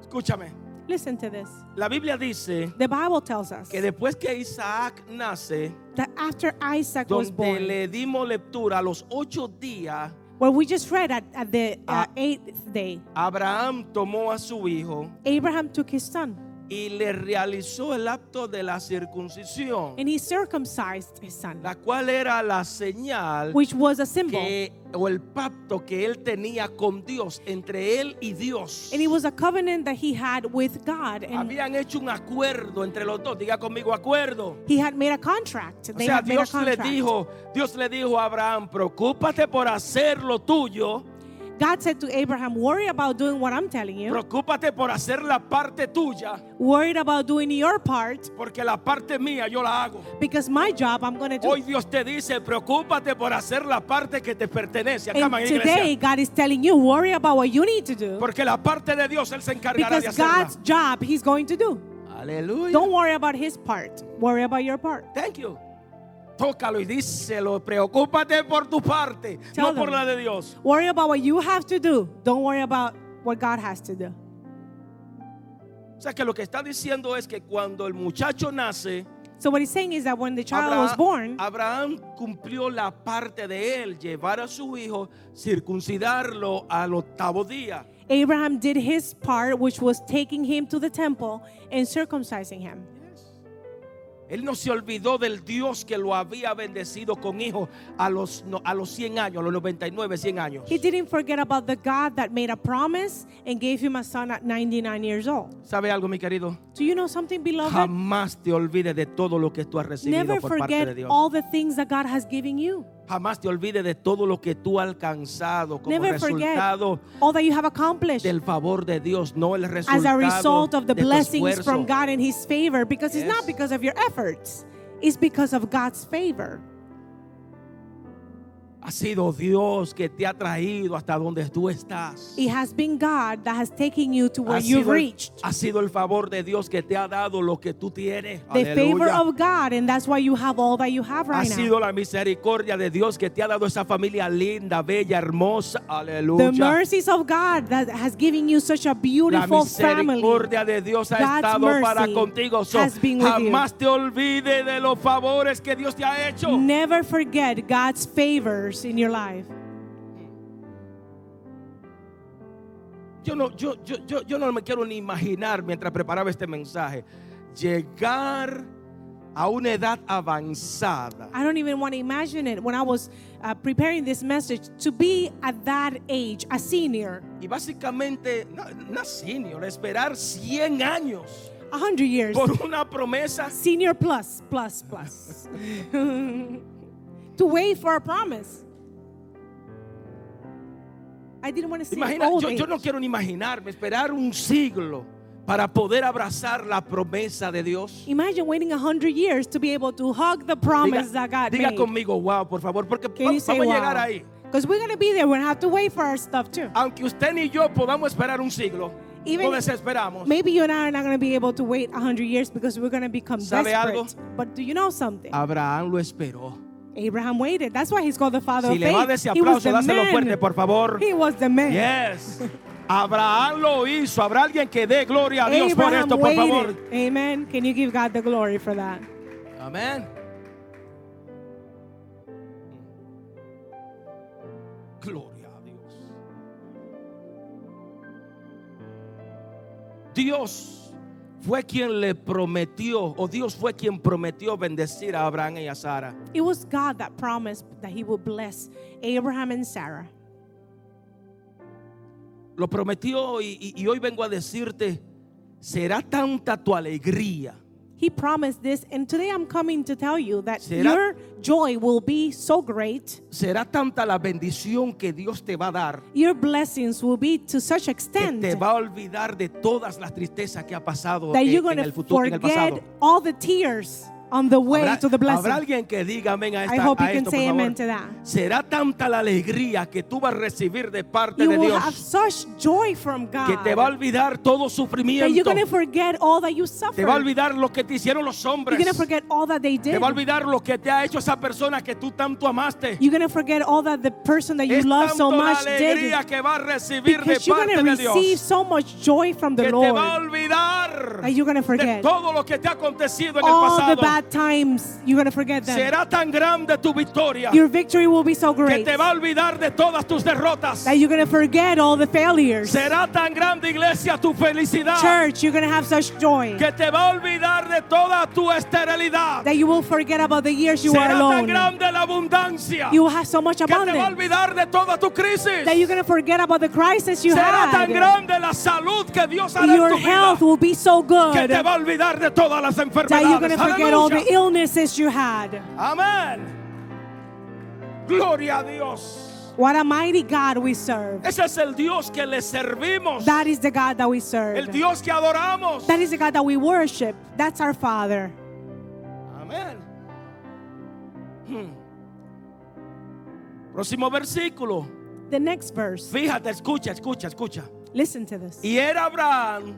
A: Escúchame.
B: Listen to this.
A: La Biblia dice
B: The Bible tells us
A: que después que Isaac nace,
B: that after Isaac was
A: donde
B: born,
A: le dimos lectura a los ocho días,
B: what we just read at, at the uh,
A: Ah.
B: eighth day,
A: Abraham tomó a su hijo
B: Abraham took his son
A: y le realizó el acto de la circuncisión,
B: and he circumcised his son,
A: la cual era la señal
B: which was a symbol.
A: que, o el pacto que él tenía con Dios, entre él y Dios.
B: And it was a covenant that he had with God. And
A: Habían hecho un acuerdo entre los dos, diga conmigo acuerdo.
B: he had made a contract.
A: O
B: They
A: sea,
B: had made a
A: Dios le
B: contract.
A: dijo, Dios le dijo a Abraham, preocúpate por hacer lo tuyo,
B: God said to Abraham, Worry about doing what I'm telling you.
A: preocúpate por hacer la parte tuya,
B: Worried about doing your part
A: porque la parte mía yo la hago.
B: because my job I'm going to do.
A: Hoy Dios te dice, preocúpate por hacer la parte que te pertenece. Acá
B: and
A: en iglesia.
B: today, God is telling you, Worry about what you need to do
A: Porque la parte de Dios Él se encargará de
B: because
A: hacerla.
B: God's job He's going to do.
A: Aleluya.
B: Don't worry about His part, worry about your part.
A: Thank you. Tócalo y díselo. Preocúpate por tu parte,
B: Tell
A: no por
B: them.
A: la de Dios.
B: Worry about what you have to do, don't worry about what God has to do.
A: O sea que lo que está diciendo es que cuando el muchacho nace,
B: So, what he's saying is that when the child was
A: Abra-
B: born,
A: Abraham cumplió la parte de él, llevar a su hijo, circuncidarlo al octavo día.
B: Abraham did his part, which was taking him to the temple and circumcising him.
A: Él no se olvidó del Dios que lo había bendecido con hijos a los, no, a los 100 años, a los 99, 100 años.
B: He didn't forget about the God that made a promise and gave him a son at 99 years old.
A: ¿Sabe algo, mi querido?
B: Do you know something, beloved?
A: Jamás te olvides de todo lo que tú has recibido
B: Never
A: por parte de
B: forget
A: Dios.
B: all the things that God has given you.
A: Jamás te olvides de todo lo que tú has alcanzado como
B: Never forget
A: resultado
B: all that you have accomplished
A: del favor de Dios, no el resultado
B: as a result of the
A: de tu
B: blessings
A: esfuerzo.
B: from God and His favor because it's
A: Yes.
B: not because of your efforts, it's because of God's favor.
A: Ha sido Dios que te ha traído hasta donde tú estás.
B: It has been God that has taken you to
A: ha,
B: where you've
A: sido el,
B: reached.
A: ha sido el favor de Dios que te ha dado lo que tú tienes.
B: the favor
A: Aleluya.
B: of God, and that's why you have all that you have
A: ha
B: right now.
A: sido la misericordia de Dios que te ha dado esa familia linda, bella, hermosa. Aleluya.
B: The mercies of God that has given you such a
A: La
B: beautiful family.
A: misericordia de Dios ha
B: God's
A: estado para
B: mercy
A: contigo. So,
B: has been with you.
A: jamás te olvides de los favores que Dios te ha hecho.
B: Never forget God's favors in your life.
A: Yo no, yo, yo, yo, yo no me quiero ni imaginar mientras preparaba este mensaje. Llegar a una edad avanzada.
B: I don't even want to imagine it when I was uh, preparing this message to be at that age, a senior,
A: Y básicamente, no, no senior, esperar 100 años
B: 100 years,
A: por una promesa.
B: senior plus, plus, plus. [laughs] to wait for a promise. I didn't want to say
A: Imagina,
B: old
A: yo, yo
B: age.
A: no quiero ni imaginarme, esperar un siglo para poder abrazar la promesa de Dios.
B: Imagine waiting a hundred years to be able to hug the promise that
A: Diga,
B: God
A: diga
B: made.
A: conmigo, wow, por favor, porque
B: Can
A: va-
B: you
A: vamos
B: say
A: a llegar
B: wow?
A: ahí.
B: Because we're gonna be there. We're gonna have to wait for our stuff too.
A: Aunque usted ni yo podamos esperar un siglo,
B: Even
A: no
B: if-
A: desesperamos.
B: Maybe you and I are not gonna be able to wait a hundred years because we're gonna become
A: ¿Sabe
B: desperate.
A: algo? Ah.
B: But do you know something?
A: Abraham lo esperó.
B: Abraham waited. That's why he's called the father
A: Si
B: of
A: le va a
B: faith.
A: ese
B: He
A: aplauso,
B: was the
A: dáselo
B: man.
A: fuerte, por favor.
B: He was the man.
A: Yes. Abraham lo hizo. Habrá alguien que dé gloria a Dios por
B: Abraham
A: esto, por
B: waited.
A: favor.
B: Amen. Can you give God the glory for that?
A: Amén. Gloria a Dios. Dios fue quien le prometió, o Dios fue quien prometió bendecir a Abraham y a Sara.
B: It was God that promised that He would bless Abraham and Sarah.
A: Lo prometió y, y- y hoy vengo a decirte, será tanta tu alegría,
B: He promised this, and today I'm coming to tell you that
A: Será-
B: your joy will be so great,
A: será tanta la bendición que Dios te va a dar,
B: your blessings will be to such
A: que
B: extent
A: te
B: that
A: va a olvidar de todas las tristezas que ha pasado en,
B: you're
A: en
B: going to
A: el futuro, en el pasado.
B: forget all the tears on the way
A: ¿Habrá,
B: to the blessing.
A: habrá alguien que diga amén a,
B: I
A: esta,
B: hope you
A: a
B: can
A: esto, por
B: say amen
A: favor?
B: to that.
A: Será tanta la alegría que tú vas a recibir de parte
B: You
A: de
B: will have
A: Dios
B: such joy from God
A: que te va a olvidar todo sufrimiento.
B: that you're going to forget all that you suffered.
A: Te va a olvidar lo que te hicieron los
B: You're
A: hombres.
B: going to forget all that they
A: Te
B: did.
A: va a olvidar lo que te ha hecho esa persona que tú tanto amaste.
B: You're going to forget all that the person that you
A: es
B: love
A: tanto
B: so
A: la
B: much did.
A: alegría que va a recibir de
B: Because you're
A: parte
B: going to
A: de Dios
B: receive so much joy from
A: que
B: the
A: te va a
B: Lord.
A: olvidar
B: that you're gonna
A: de
B: forget.
A: todo lo que te ha acontecido en
B: All
A: el
B: the
A: pasado.
B: bad times, you're going to forget them.
A: Será tan grande tu victoria
B: Your victory will be so
A: que
B: great
A: te va a olvidar de todas tus derrotas.
B: that you're going to forget all the failures.
A: Será tan grande iglesia tu felicidad
B: Church, you're going to have such joy
A: que te va a olvidar de toda tu esterilidad.
B: that you will forget about the years you were
A: Será tan
B: alone.
A: grande la abundancia
B: You will have so much
A: que te va a
B: abundance
A: olvidar de toda tu crisis.
B: that you're going to forget about the crisis you
A: Será tan
B: had.
A: grande la salud que Dios hará en
B: Your
A: tu
B: health
A: vida
B: will be so
A: que
B: good
A: te
B: that
A: va a olvidar de todas las
B: you're going
A: enfermedades.
B: to forget all the
A: Aleluya.
B: illnesses you had.
A: Amén. Gloria a Dios.
B: What a mighty God we serve.
A: Ese es el Dios que le servimos.
B: That is the God that we
A: El
B: serve.
A: Dios que adoramos.
B: That is the God that we worship. That's our Father.
A: Amén. Hmm. Próximo versículo.
B: The next verse,
A: Fíjate, escucha, escucha, escucha.
B: listen to this.
A: Y era Abraham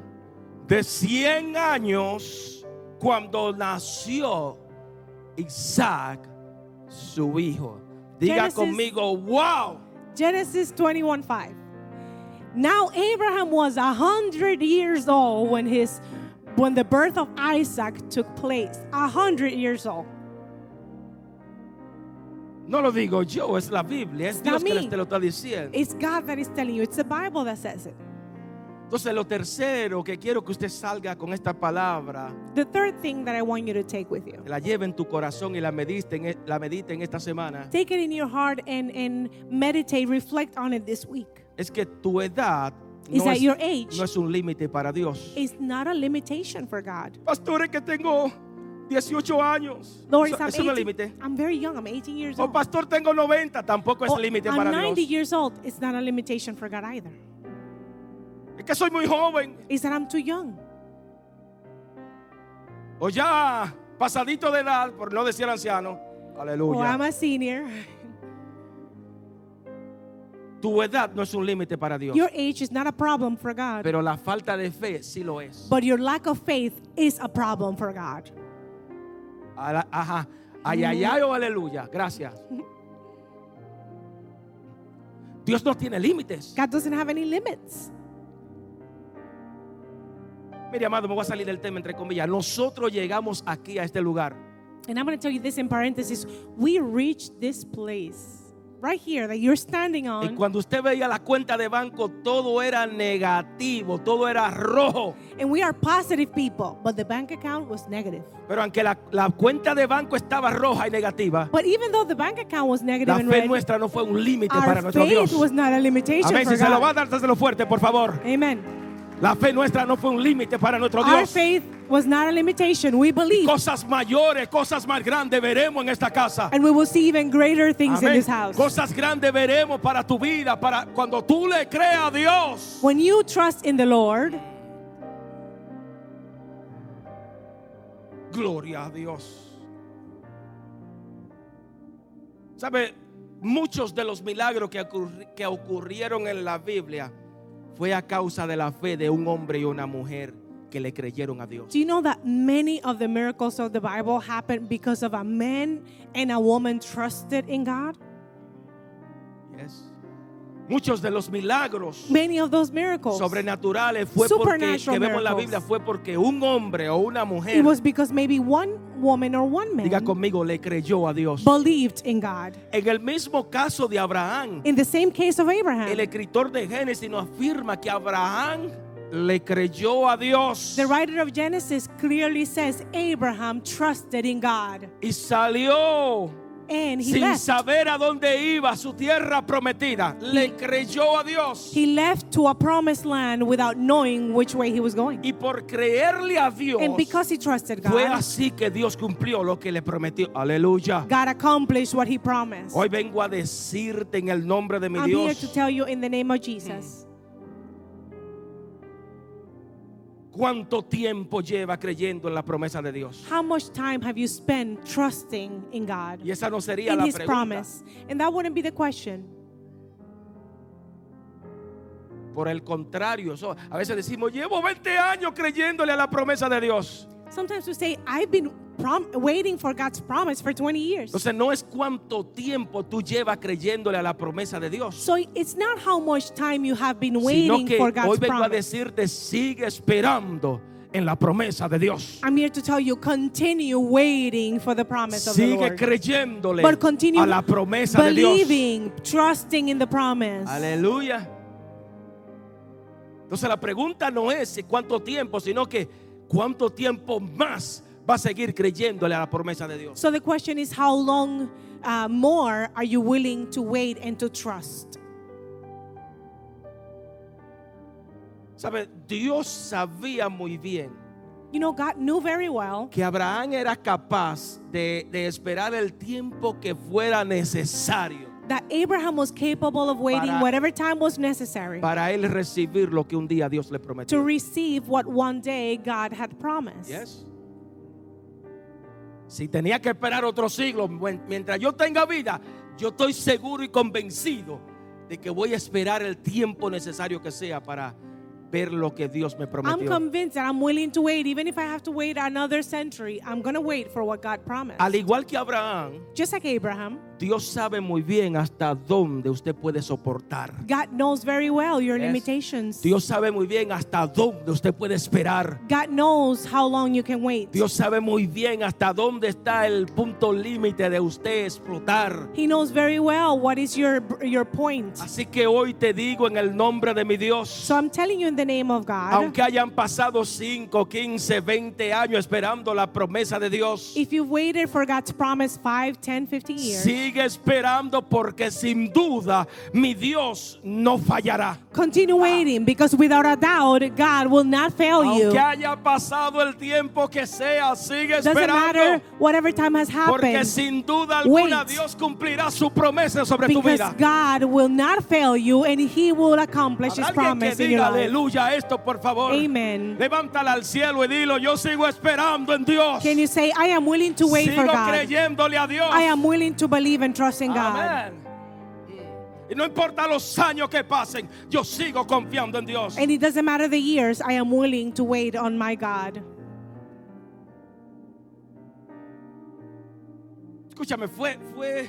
A: de 100 años cuando nació Isaac, su hijo. Diga
B: Génesis.
A: conmigo, wow.
B: Genesis 21 5. Now Abraham was a hundred years old when his when the birth of Isaac took place. A hundred years old.
A: No lo digo yo, es la Biblia, es
B: It's
A: Dios
B: not
A: que
B: me.
A: te lo está diciendo.
B: It's God that is telling you. It's the Bible that says it.
A: Entonces, lo tercero que quiero que usted salga con esta palabra,
B: The third thing that I want you to take with you.
A: la lleve en tu corazón y la medite en, e- la medite en esta semana,
B: Take it in your heart and, and meditate, reflect on it this week.
A: es que tu edad
B: Is
A: no
B: that
A: es,
B: your age?
A: no es un límite para Dios.
B: It's not a limitation for God.
A: Pastores que tengo 18 años.
B: Lord,
A: eso,
B: I'm,
A: eso no es
B: 18,
A: límite.
B: I'm very young. I'm 18 years
A: O
B: old.
A: pastor tengo 90, tampoco es
B: Oh,
A: límite
B: I'm
A: para
B: 90
A: Dios.
B: years old. It's not a limitation for God either.
A: Es que soy muy joven
B: It's that I'm too young.
A: o ya pasadito de edad, por no decir anciano.
B: Or
A: Aleluya.
B: Oh, I'm a senior.
A: tu edad no es un límite para Dios,
B: Your age is not a problem for God.
A: pero la falta de fe sí lo es.
B: But your lack of faith is a problem for God.
A: Ala- Ajá. Ay, ay, ay, o aleluya. Gracias. Dios no tiene límites.
B: God doesn't have any limits.
A: Mire, amado, me voy a salir del tema entre comillas. Nosotros llegamos aquí a este lugar
B: And I'm going to tell you this in parentheses. We reached this place right here that you're standing
A: Y
B: on.
A: cuando usted veía la cuenta de banco, todo era negativo, todo era rojo.
B: And we are positive people. But the bank account was negative.
A: Pero aunque la, la cuenta de banco estaba roja y negativa,
B: But even though the bank account was negative
A: la
B: and
A: fe
B: red,
A: nuestra no fue un límite para
B: our
A: nuestro Dios.
B: faith was not a limitation
A: Amén.
B: for
A: Si se lo va a
B: God.
A: dar, dáselo fuerte, por favor.
B: Amen.
A: La fe nuestra no fue un límite para nuestro
B: Our
A: Dios.
B: faith was not a limitation. We believe.
A: Cosas mayores, cosas más grandes veremos en esta casa.
B: And we will see even greater things in
A: Amén.
B: this house.
A: Cosas grandes veremos para tu vida, para cuando tú le creas a Dios.
B: When you trust in the Lord,
A: Gloria a Dios. ¿Sabe? Muchos de los milagros que, ocurri- que ocurrieron en la Biblia fue a causa de la fe de un hombre y una mujer que le creyeron a Dios.
B: do you know that many of the miracles of the Bible happened because of a man and a woman trusted in God?
A: Yes. Muchos de los milagros
B: Many of those miracles.
A: sobrenaturales fue porque, que
B: Supernatural
A: vemos en la
B: miracles.
A: Biblia fue porque un hombre o una mujer,
B: It was because maybe one woman or one
A: diga
B: man
A: conmigo, le creyó a Dios.
B: believed in God.
A: En el mismo caso de Abraham,
B: In the same case of
A: El
B: Abraham,
A: escritor de Génesis nos afirma que Abraham le creyó a Dios
B: the writer of Genesis clearly says Abraham trusted in God
A: y salió
B: and he
A: sin
B: left.
A: saber a dónde iba a su tierra prometida. Le creyó a Dios
B: He left to a promised land without knowing which way he was going.
A: y por creerle a Dios
B: And because he trusted
A: fue
B: God,
A: así que Dios cumplió lo que le prometió. Aleluya.
B: God accomplished what he promised.
A: Hoy vengo a decirte en el nombre de mi
B: I'm here to
A: Dios
B: tell you in the name of Jesus.
A: ¿Cuánto tiempo lleva creyendo en la promesa de Dios?
B: How much time have you spent trusting in God,
A: Y esa no sería
B: in
A: la
B: His
A: pregunta.
B: promise? And that wouldn't be the question.
A: Por el contrario, so- a veces decimos, llevo 20 años creyéndole a la promesa de Dios.
B: Sometimes we say, I've been prom- waiting for God's promise for 20 years.
A: Entonces no es cuánto tiempo tú llevas creyéndole a la promesa de Dios,
B: So it's not how much time you have been
A: sino
B: waiting
A: que
B: for
A: hoy
B: God's
A: vengo a
B: promise.
A: decirte, sigue esperando en la promesa de Dios.
B: I'm here to tell you, continue waiting for the promise of the
A: Sigue
B: Lord.
A: creyéndole
B: But continue
A: a la promesa de Dios.
B: believing, trusting in the promise.
A: Aleluya. Entonces la pregunta no es si cuánto tiempo, sino que cuánto tiempo más va a seguir creyéndole a la promesa de Dios.
B: So the question is, how long uh, more are you willing to wait and to trust?
A: ¿Sabe? Dios sabía muy bien
B: You know, God knew very well
A: que Abraham era capaz de, de esperar el tiempo que fuera necesario
B: that Abraham was capable of waiting
A: Para-
B: whatever time was necessary
A: para él recibir lo que un día Dios le
B: to
A: prometió.
B: receive what one day God had promised.
A: Yes. Si tenía que esperar otro siglo, buen- mientras yo tenga vida, yo estoy seguro y convencido de que voy a esperar el tiempo necesario que sea para ver lo que Dios me
B: I'm
A: prometió.
B: convinced that I'm willing to wait, even if I have to wait another century, I'm going to wait for what God promised.
A: Al igual que Abraham,
B: Just like Abraham,
A: Dios sabe muy bien hasta dónde usted puede soportar.
B: God knows very well your
A: Yes.
B: limitations.
A: Dios sabe muy bien hasta dónde usted puede esperar.
B: God knows how long you can wait.
A: Dios sabe muy bien hasta dónde está el punto límite de usted explotar.
B: He knows very well what is your your point.
A: Así que hoy te digo en el nombre de mi Dios,
B: So I'm telling you in the name of God.
A: aunque hayan pasado 5, 15, 20 años esperando la promesa de Dios,
B: If you've waited for God's promise 5, 10, 15 years,
A: sigue esperando porque sin duda mi Dios no fallará.
B: continue waiting because without a doubt, God will not fail you.
A: Aunque haya pasado el tiempo que sea, sigue
B: Doesn't matter
A: esperando.
B: whatever time has
A: Porque
B: happened
A: sin duda alguna
B: Wait.
A: Dios cumplirá su promesa sobre tu
B: because
A: vida.
B: God will not fail you and He will accomplish His
A: Habrá alguien
B: promise
A: que
B: in your
A: diga
B: life.
A: aleluya a esto, por favor.
B: Amen.
A: Levántala al cielo y dilo, yo sigo esperando en Dios.
B: Can you say, I am willing to wait
A: sigo
B: for God?
A: creyéndole a Dios.
B: I am willing to believe and trust in God.
A: Amén. Mm. Y no importa los años que pasen, yo sigo confiando en Dios.
B: And it doesn't matter the years, I am willing to wait on my God.
A: Escúchame, fue, fue,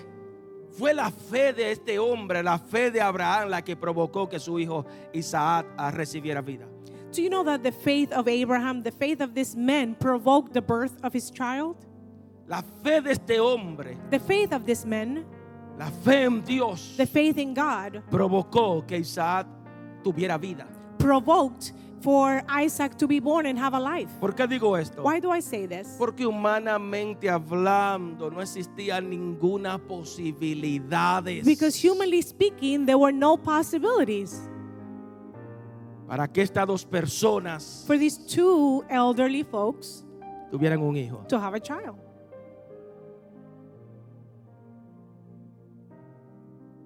A: fue la fe de este hombre, la fe de Abraham, la que provocó que su hijo Isaac ah, recibiera vida.
B: Do you know that the faith of Abraham, the faith of this man, provoked the birth of his child?
A: La fe de este hombre,
B: The faith of this man,
A: la fe en Dios,
B: the faith in God,
A: provocó que Isaac tuviera vida.
B: provoked for Isaac to be born and have a life.
A: ¿Por qué digo esto?
B: Why do I say this?
A: Porque humanamente hablando no existía ninguna posibilidades
B: Because humanly speaking, there were no possibilities
A: para que estas dos personas
B: for these two elderly folks
A: tuvieran un hijo.
B: to have a child.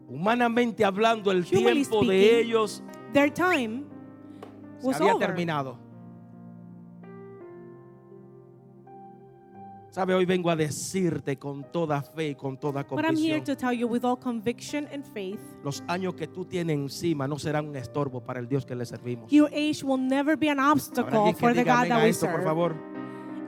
A: Humanamente hablando, el
B: Humanly
A: tiempo
B: speaking,
A: de ellos
B: Their time
A: se
B: was
A: había
B: over.
A: terminado. Sabe, hoy vengo a decirte con toda fe y con toda
B: But I'm here
A: convicción,
B: to tell you with all conviction and faith,
A: los años que tú tienes encima no serán un estorbo para el Dios que le servimos.
B: your age will never be an
A: Habrá
B: obstacle
A: alguien que
B: for the
A: diga
B: God
A: amén a
B: that we
A: esto, por
B: serve.
A: favor.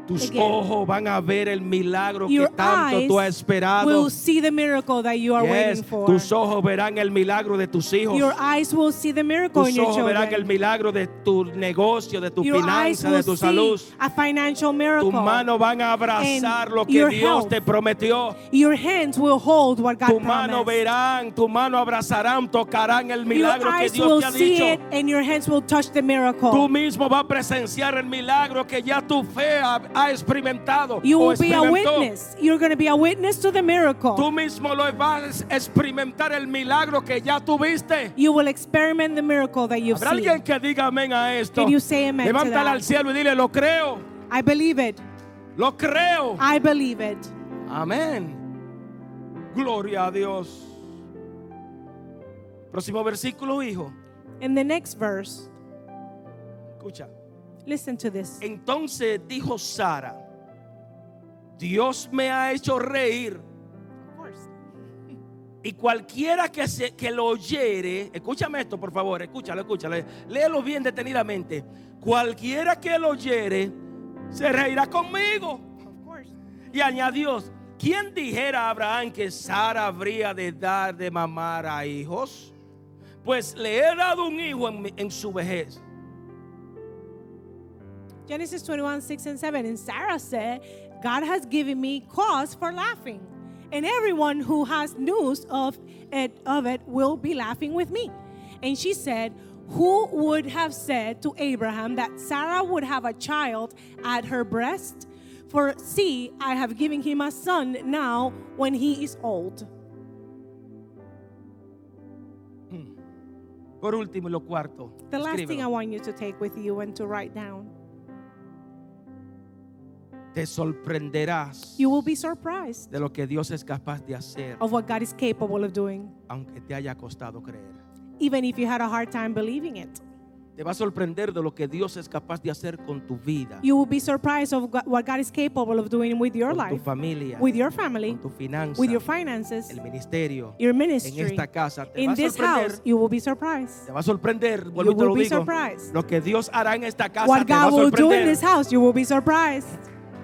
A: Tus
B: Again.
A: ojos van a ver el milagro que
B: Your
A: tanto
B: eyes
A: tú has esperado.
B: will see the miracle that you are
A: Yes,
B: waiting for.
A: Tus ojos verán el milagro de tus hijos.
B: Your eyes will see the miracle in
A: Tus
B: your
A: ojos verán el
B: children.
A: milagro de tu negocio, de tu
B: Your eyes
A: finanza,
B: will
A: de tu salud.
B: see a financial
A: Tus
B: miracle.
A: manos van a abrazar
B: and
A: lo que
B: your
A: Dios
B: health.
A: te prometió.
B: Your hands will hold what
A: Tu
B: God
A: mano
B: promised.
A: verán, tu mano abrazarán, tocarán el milagro
B: Your
A: que
B: eyes
A: Dios
B: will
A: te ha
B: see it
A: dicho.
B: and your hands will touch the
A: Tú
B: miracle.
A: mismo vas a presenciar el milagro que ya tu fe ha, ha experimentado
B: You
A: o
B: will be a
A: experimentó.
B: witness. You're going to be a witness to the
A: Tú
B: miracle.
A: mismo lo vas a experimentar el milagro que ya tuviste.
B: You will experiment the miracle that you've
A: Habrá alguien
B: seen.
A: que diga amén a esto.
B: Can you say amen to
A: Levántala
B: that?
A: al cielo y dile, lo creo,
B: I believe it.
A: lo creo.
B: I believe it.
A: Amén. Gloria a Dios. Próximo versículo, hijo.
B: In the next verse,
A: Escucha.
B: Listen to this.
A: Entonces dijo Sara, Dios me ha hecho reír
B: Of course.
A: y cualquiera que, se, que lo oyere, escúchame esto por favor, escúchalo, escúchalo, eh, léelo bien detenidamente, cualquiera que lo oyere se reirá conmigo.
B: Of course.
A: Y añadió, ¿quién dijera a Abraham que Sara habría de dar de mamar a hijos? Pues le he dado un hijo en, mi- en su vejez.
B: Genesis 21, 6 and 7. And Sarah said, God has given me cause for laughing. And everyone who has news of it, of it will be laughing with me. And she said, Who would have said to Abraham that Sarah would have a child at her breast? For see, I have given him a son now when he is old.
A: Por último y lo cuarto.
B: The last thing I
A: escríbelo.
B: want you to take with you and to write down
A: Te sorprenderás
B: you will be surprised
A: de lo que Dios es capaz de hacer,
B: of what God is capable of doing,
A: aunque te haya costado creer.
B: even if you had a hard time believing it.
A: Te va a sorprender de lo que Dios es capaz de hacer con tu vida,
B: you will be surprised of go- what God is capable of doing with your
A: con tu
B: life,
A: familia,
B: with your family,
A: con tu finanza,
B: with your finances,
A: el ministerio,
B: your
A: en
B: ministry.
A: esta casa. Te va
B: In
A: a
B: this
A: sorprender.
B: house, you will be surprised.
A: Te va a sorprender, vuelvo y
B: You
A: te lo
B: will be
A: digo.
B: surprised.
A: Lo que Dios hará en esta casa
B: What
A: te va a
B: God will do in
A: sorprender.
B: this house, you will be surprised.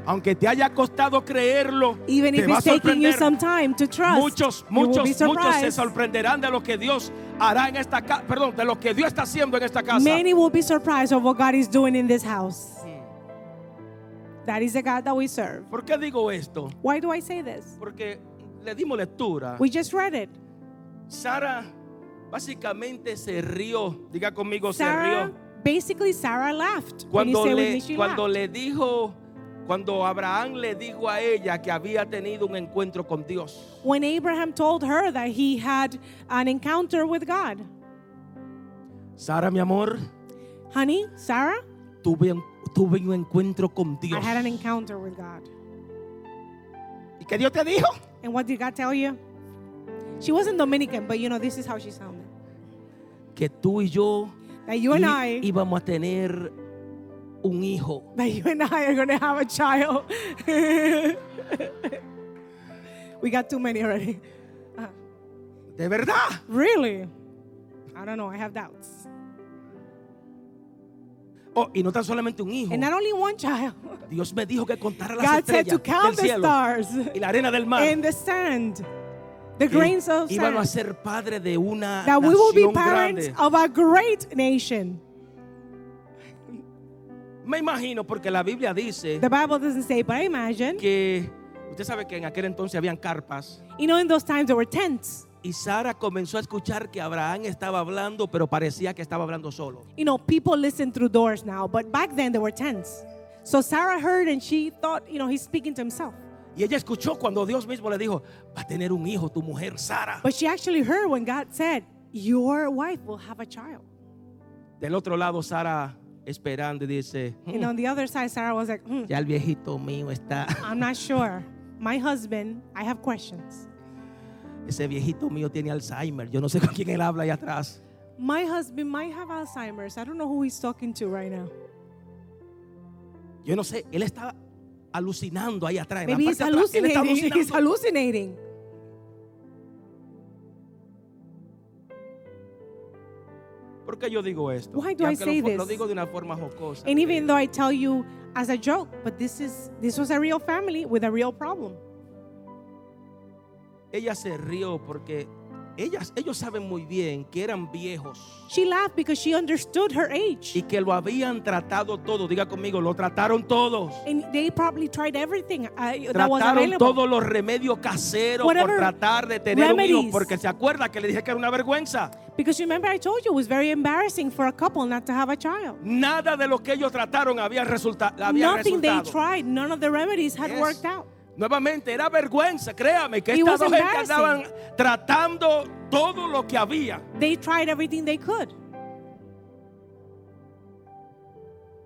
A: Aunque te haya costado creerlo,
B: Even
A: te
B: if
A: va a
B: it's taking you
A: sorprender.
B: some time to trust,
A: muchos,
B: you will be
A: muchos, muchos se
B: surprised.
A: sorprenderán de lo que Dios hará en esta casa, perdón, de lo que Dios está haciendo en esta casa.
B: Many will be surprised of what God is doing in this house. That is the God that we serve.
A: ¿Por qué digo esto?
B: Why do I say this?
A: Porque le dimos lectura.
B: We just read it.
A: Sara básicamente se rió, diga conmigo, se
B: Sarah,
A: rió.
B: basically, Sarah laughed. When you
A: Cuando
B: say with me,
A: le,
B: she
A: cuando
B: laughed.
A: le dijo, cuando Abraham le dijo a ella que había tenido un encuentro con Dios.
B: when Abraham told her that he had an encounter with God.
A: Sara, mi amor,
B: Honey, Sarah,
A: tuve un, tuve un encuentro con
B: I
A: Dios.
B: had an encounter with God.
A: ¿Y qué Dios te dijo?
B: And what did God tell you? She wasn't Dominican, but you know, this is how she sounded.
A: Que tú y yo
B: That you and
A: i-
B: I,
A: íbamos a tener un hijo.
B: that you and I are going to have a child. [laughs] we got too many already. Uh,
A: ¿De verdad?
B: really? I don't know. I have doubts.
A: Oh, y no tan solamente un hijo.
B: And not only one
A: [laughs]
B: child.
A: Dios me dijo que contara las
B: God said to
A: estrellas del
B: count the
A: cielo
B: stars
A: y la arena del mar.
B: and the sand, the
A: que
B: grains of
A: íbamos a
B: sand.
A: ser padre de una
B: that we will be
A: Ah, nación
B: parents
A: grande.
B: of a great nation.
A: Me imagino porque la Biblia dice
B: The Bible doesn't say, but I imagine.
A: que usted sabe que en aquel entonces habían carpas
B: You know, in those times there were tents.
A: y Sara comenzó a escuchar que Abraham estaba hablando, pero parecía que estaba hablando solo.
B: You know, people listen through doors now, but back then there were tents. So Sarah heard and she thought, you know, he's speaking to himself.
A: Y ella escuchó cuando Dios mismo le dijo, va a tener un hijo tu mujer Sara.
B: But she actually heard when God said, Your wife will have a child.
A: Del otro lado Sara esperando y dice, "Mm,
B: And on the other side, Sarah was like, "Hmm,
A: ya el viejito mío está, [laughs]
B: I'm not sure. My husband, I have questions.
A: ese viejito mío tiene Alzheimer, yo no sé con quién él habla allá atrás.
B: My husband might have Alzheimer's. I don't know who he's talking to right now.
A: Yo no sé, él está alucinando ahí atrás. en la
B: Maybe he's
A: parte de atrás, él está
B: hallucinating. [laughs] He's
A: alucinando.
B: hallucinating.
A: ¿Por qué yo digo esto?
B: Why
A: Y
B: do I
A: aunque lo
B: say
A: fo- lo,
B: this?
A: digo de una forma jocosa.
B: And even though I tell you as a joke, but this is this was a real family with a real problem.
A: Ella se rió porque ellas, ellos saben muy bien que eran viejos
B: She laughed because she understood her
A: y
B: age.
A: que lo habían tratado todo. Diga conmigo, lo trataron todos.
B: And they probably tried everything uh, that was
A: Trataron
B: available.
A: todos los remedios caseros por
B: Whatever
A: tratar de tener un hijo
B: remedies.
A: porque se acuerda que le dije que era una vergüenza.
B: Because remember I told you it was very embarrassing for a couple not to have a child.
A: Nada de lo que ellos trataron había, resulta había
B: Nothing they
A: resultado.
B: tried, none of the remedies had
A: Yes.
B: worked out.
A: Nuevamente, era vergüenza, créame, que
B: It
A: estas
B: was
A: dos gente
B: embarrassing.
A: andaban tratando todo lo que había.
B: They tried everything they could.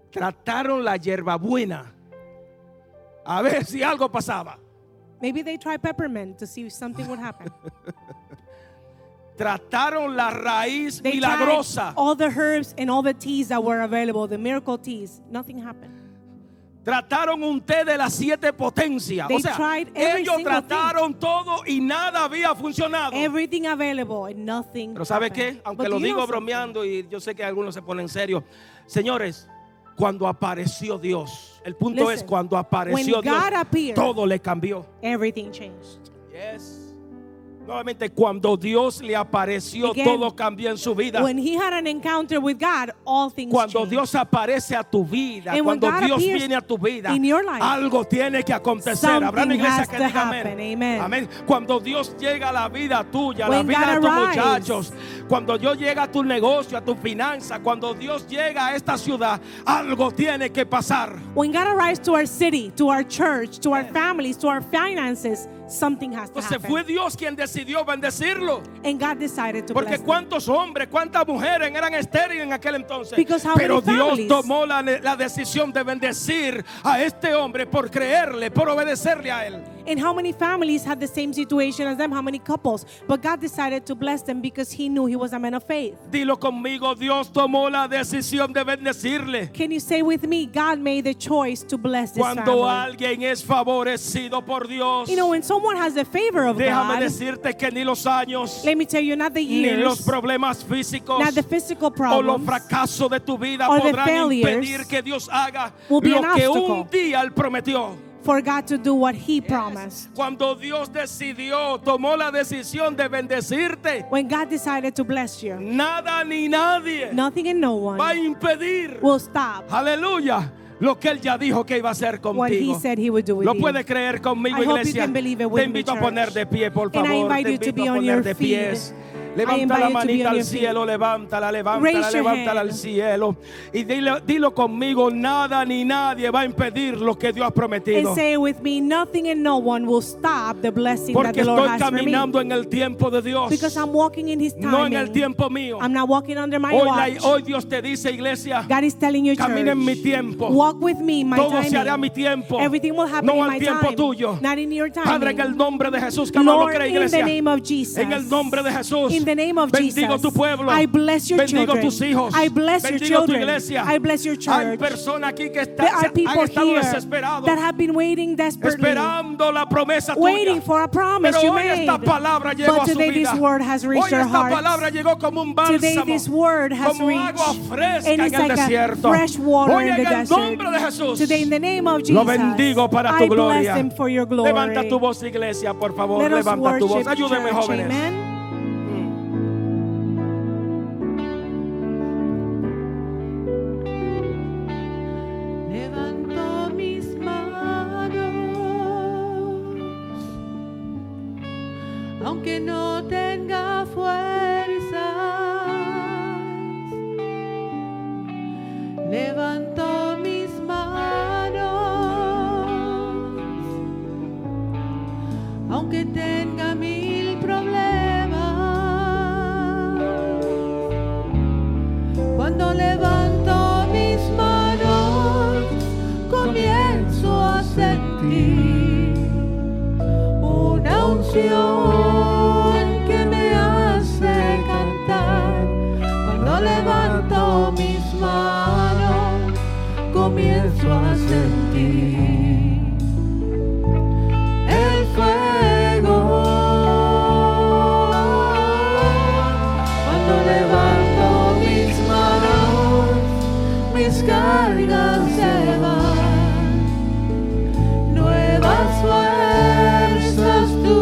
A: Trataron la hierbabuena a ver si algo pasaba. [laughs]
B: Maybe they tried peppermint to see if something would happen.
A: Trataron la raíz
B: They tried
A: milagrosa.
B: all the herbs and all the teas that were available, the miracle teas. Nothing happened.
A: Trataron un té de las siete potencias. o
B: They
A: sea,
B: tried every
A: ellos
B: single thing.
A: trataron todo y nada había funcionado.
B: Everything available and nothing.
A: Pero ¿sabe
B: happened.
A: qué? Aunque
B: But
A: lo
B: do you know
A: digo
B: something?
A: bromeando y yo sé que algunos se ponen serios. Señores, cuando apareció Dios, el punto
B: Listen,
A: es cuando apareció Dios,
B: when God appeared-
A: todo le cambió.
B: Everything changed.
A: Yes. Nuevamente, cuando Dios le apareció,
B: Again,
A: todo cambió en su vida.
B: When he had an encounter with God, all things
A: Cuando
B: changed.
A: Dios aparece a tu vida,
B: And when
A: cuando
B: God
A: Dios
B: appears
A: viene a tu vida,
B: in your life,
A: algo tiene que acontecer. Habrá una
B: something
A: iglesia
B: has
A: que
B: to
A: diga
B: happen.
A: amén.
B: Amen.
A: Amén. Cuando Dios llega a la vida tuya, a la
B: When
A: vida de
B: God
A: tus
B: arrives.
A: muchachos, cuando Dios llega a tu negocio, a tu finanza, cuando Dios llega a esta ciudad, algo tiene que pasar.
B: When God arrives to our city, to our church, to our families, to our finances, something has to
A: Entonces
B: happen.
A: fue Dios quien decidió bendecirlo.
B: and God decided to
A: Porque
B: bless them.
A: cuántos hombres, cuántas mujeres eran estériles en aquel entonces.
B: Because how
A: Pero
B: many
A: Dios
B: families?
A: tomó la, la decisión de bendecir a este hombre por creerle, por obedecerle a él.
B: And how many families had the same situation as them? How many couples? But God decided to bless them because He knew He was a man of faith.
A: Dilo conmigo, Dios tomó la decisión de bendecirle.
B: Can you say with me, God made the choice to bless this
A: Cuando
B: family?
A: alguien es favorecido por Dios,
B: You know, when someone has the favor of
A: déjame
B: God,
A: decirte que ni los años,
B: let me tell you, not the
A: ni los
B: years,
A: problemas físicos,
B: not the physical
A: o los
B: problems,
A: fracasos de tu vida
B: or the
A: podrán
B: failures
A: impedir que Dios haga
B: will be
A: lo
B: an
A: que
B: obstacle.
A: un día él prometió.
B: for God to do what He promised.
A: Cuando Dios decidió, tomó la decisión de bendecirte,
B: When God decided to bless you,
A: nada ni nadie
B: nothing and no
A: va a
B: one
A: impedir,
B: will stop
A: aleluya, lo que Él ya dijo que iba a hacer
B: what He
A: contigo.
B: said He would do with
A: Lo
B: you.
A: puede creer conmigo,
B: I hope you
A: iglesia.
B: can believe
A: Te
B: it with me,
A: invito a
B: church.
A: poner de pie, por
B: And I
A: favor.
B: invite
A: Te
B: you to
A: invito
B: be
A: a
B: on
A: poner
B: your
A: de
B: feet.
A: pies.
B: I
A: Levanta la
B: invite you to be on
A: manita al
B: your feet.
A: cielo, levántala, levántala,
B: Raise your
A: levántala
B: hand.
A: al cielo. Y dilo, dilo conmigo, nada ni nadie va a impedir lo que Dios ha prometido.
B: And say it with me, nothing and no one will stop the blessing that
A: Porque
B: the Lord
A: estoy
B: has for me.
A: caminando en el tiempo de
B: Because
A: Dios.
B: I'm walking in His timing.
A: No en el tiempo mío.
B: I'm not walking under my
A: Hoy, la-
B: watch.
A: hoy Dios te dice, iglesia,
B: God is telling you, church,
A: camina en mi tiempo.
B: walk with me, my
A: Todo
B: timing.
A: se hará a mi tiempo.
B: Everything will happen
A: No
B: in
A: al
B: my
A: tiempo
B: time,
A: tuyo.
B: not in your time.
A: Padre, en el nombre de Jesús, que no lo
B: Lord,
A: cree,
B: in the
A: iglesia.
B: name of Jesus.
A: En el nombre de Jesús.
B: In the name of
A: bendigo
B: Jesus.
A: tu pueblo.
B: I bless your
A: bendigo
B: children.
A: tus hijos.
B: I bless your
A: bendigo tu
B: children.
A: iglesia.
B: I bless your
A: Hay
B: church.
A: personas aquí que están,
B: There are
A: han
B: people
A: estado
B: here
A: desesperados.
B: that have been waiting desperately,
A: Esperando la promesa
B: waiting
A: tuya.
B: for a promise
A: Pero
B: you
A: hoy
B: made.
A: esta palabra llegó
B: But
A: a su
B: today
A: vida.
B: this word has
A: hoy
B: reached
A: esta
B: our hearts.
A: palabra llegó como un bálsamo.
B: Today this word has
A: como
B: reached
A: agua fresca
B: and
A: en
B: it's
A: el
B: like a
A: desierto.
B: fresh water
A: hoy
B: in the
A: en el
B: desert.
A: nombre de Jesús.
B: Today in the name of Jesus,
A: Lo bendigo para tu
B: I
A: gloria.
B: bless him for your glory.
A: Levanta tu voz, iglesia, por favor.
B: Let us
A: Levanta tu voz.
B: worship
A: Ayúdeme,
B: church.
A: jóvenes.
B: Amen.
C: Levanto mis manos, aunque no tenga fuerzas. Levanto mis manos, aunque tenga mil problemas cuando levanto mis manos comienzo a sentir una unción que me hace cantar cuando levanto mis manos comienzo a sentir el fuego. Cuando levanto mis manos, mis cargas se van. Nuevas fuerzas tú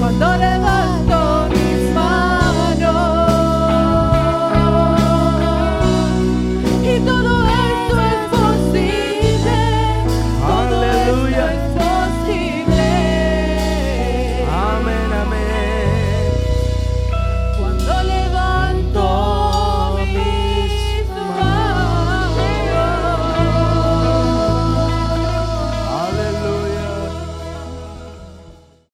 C: Cuando le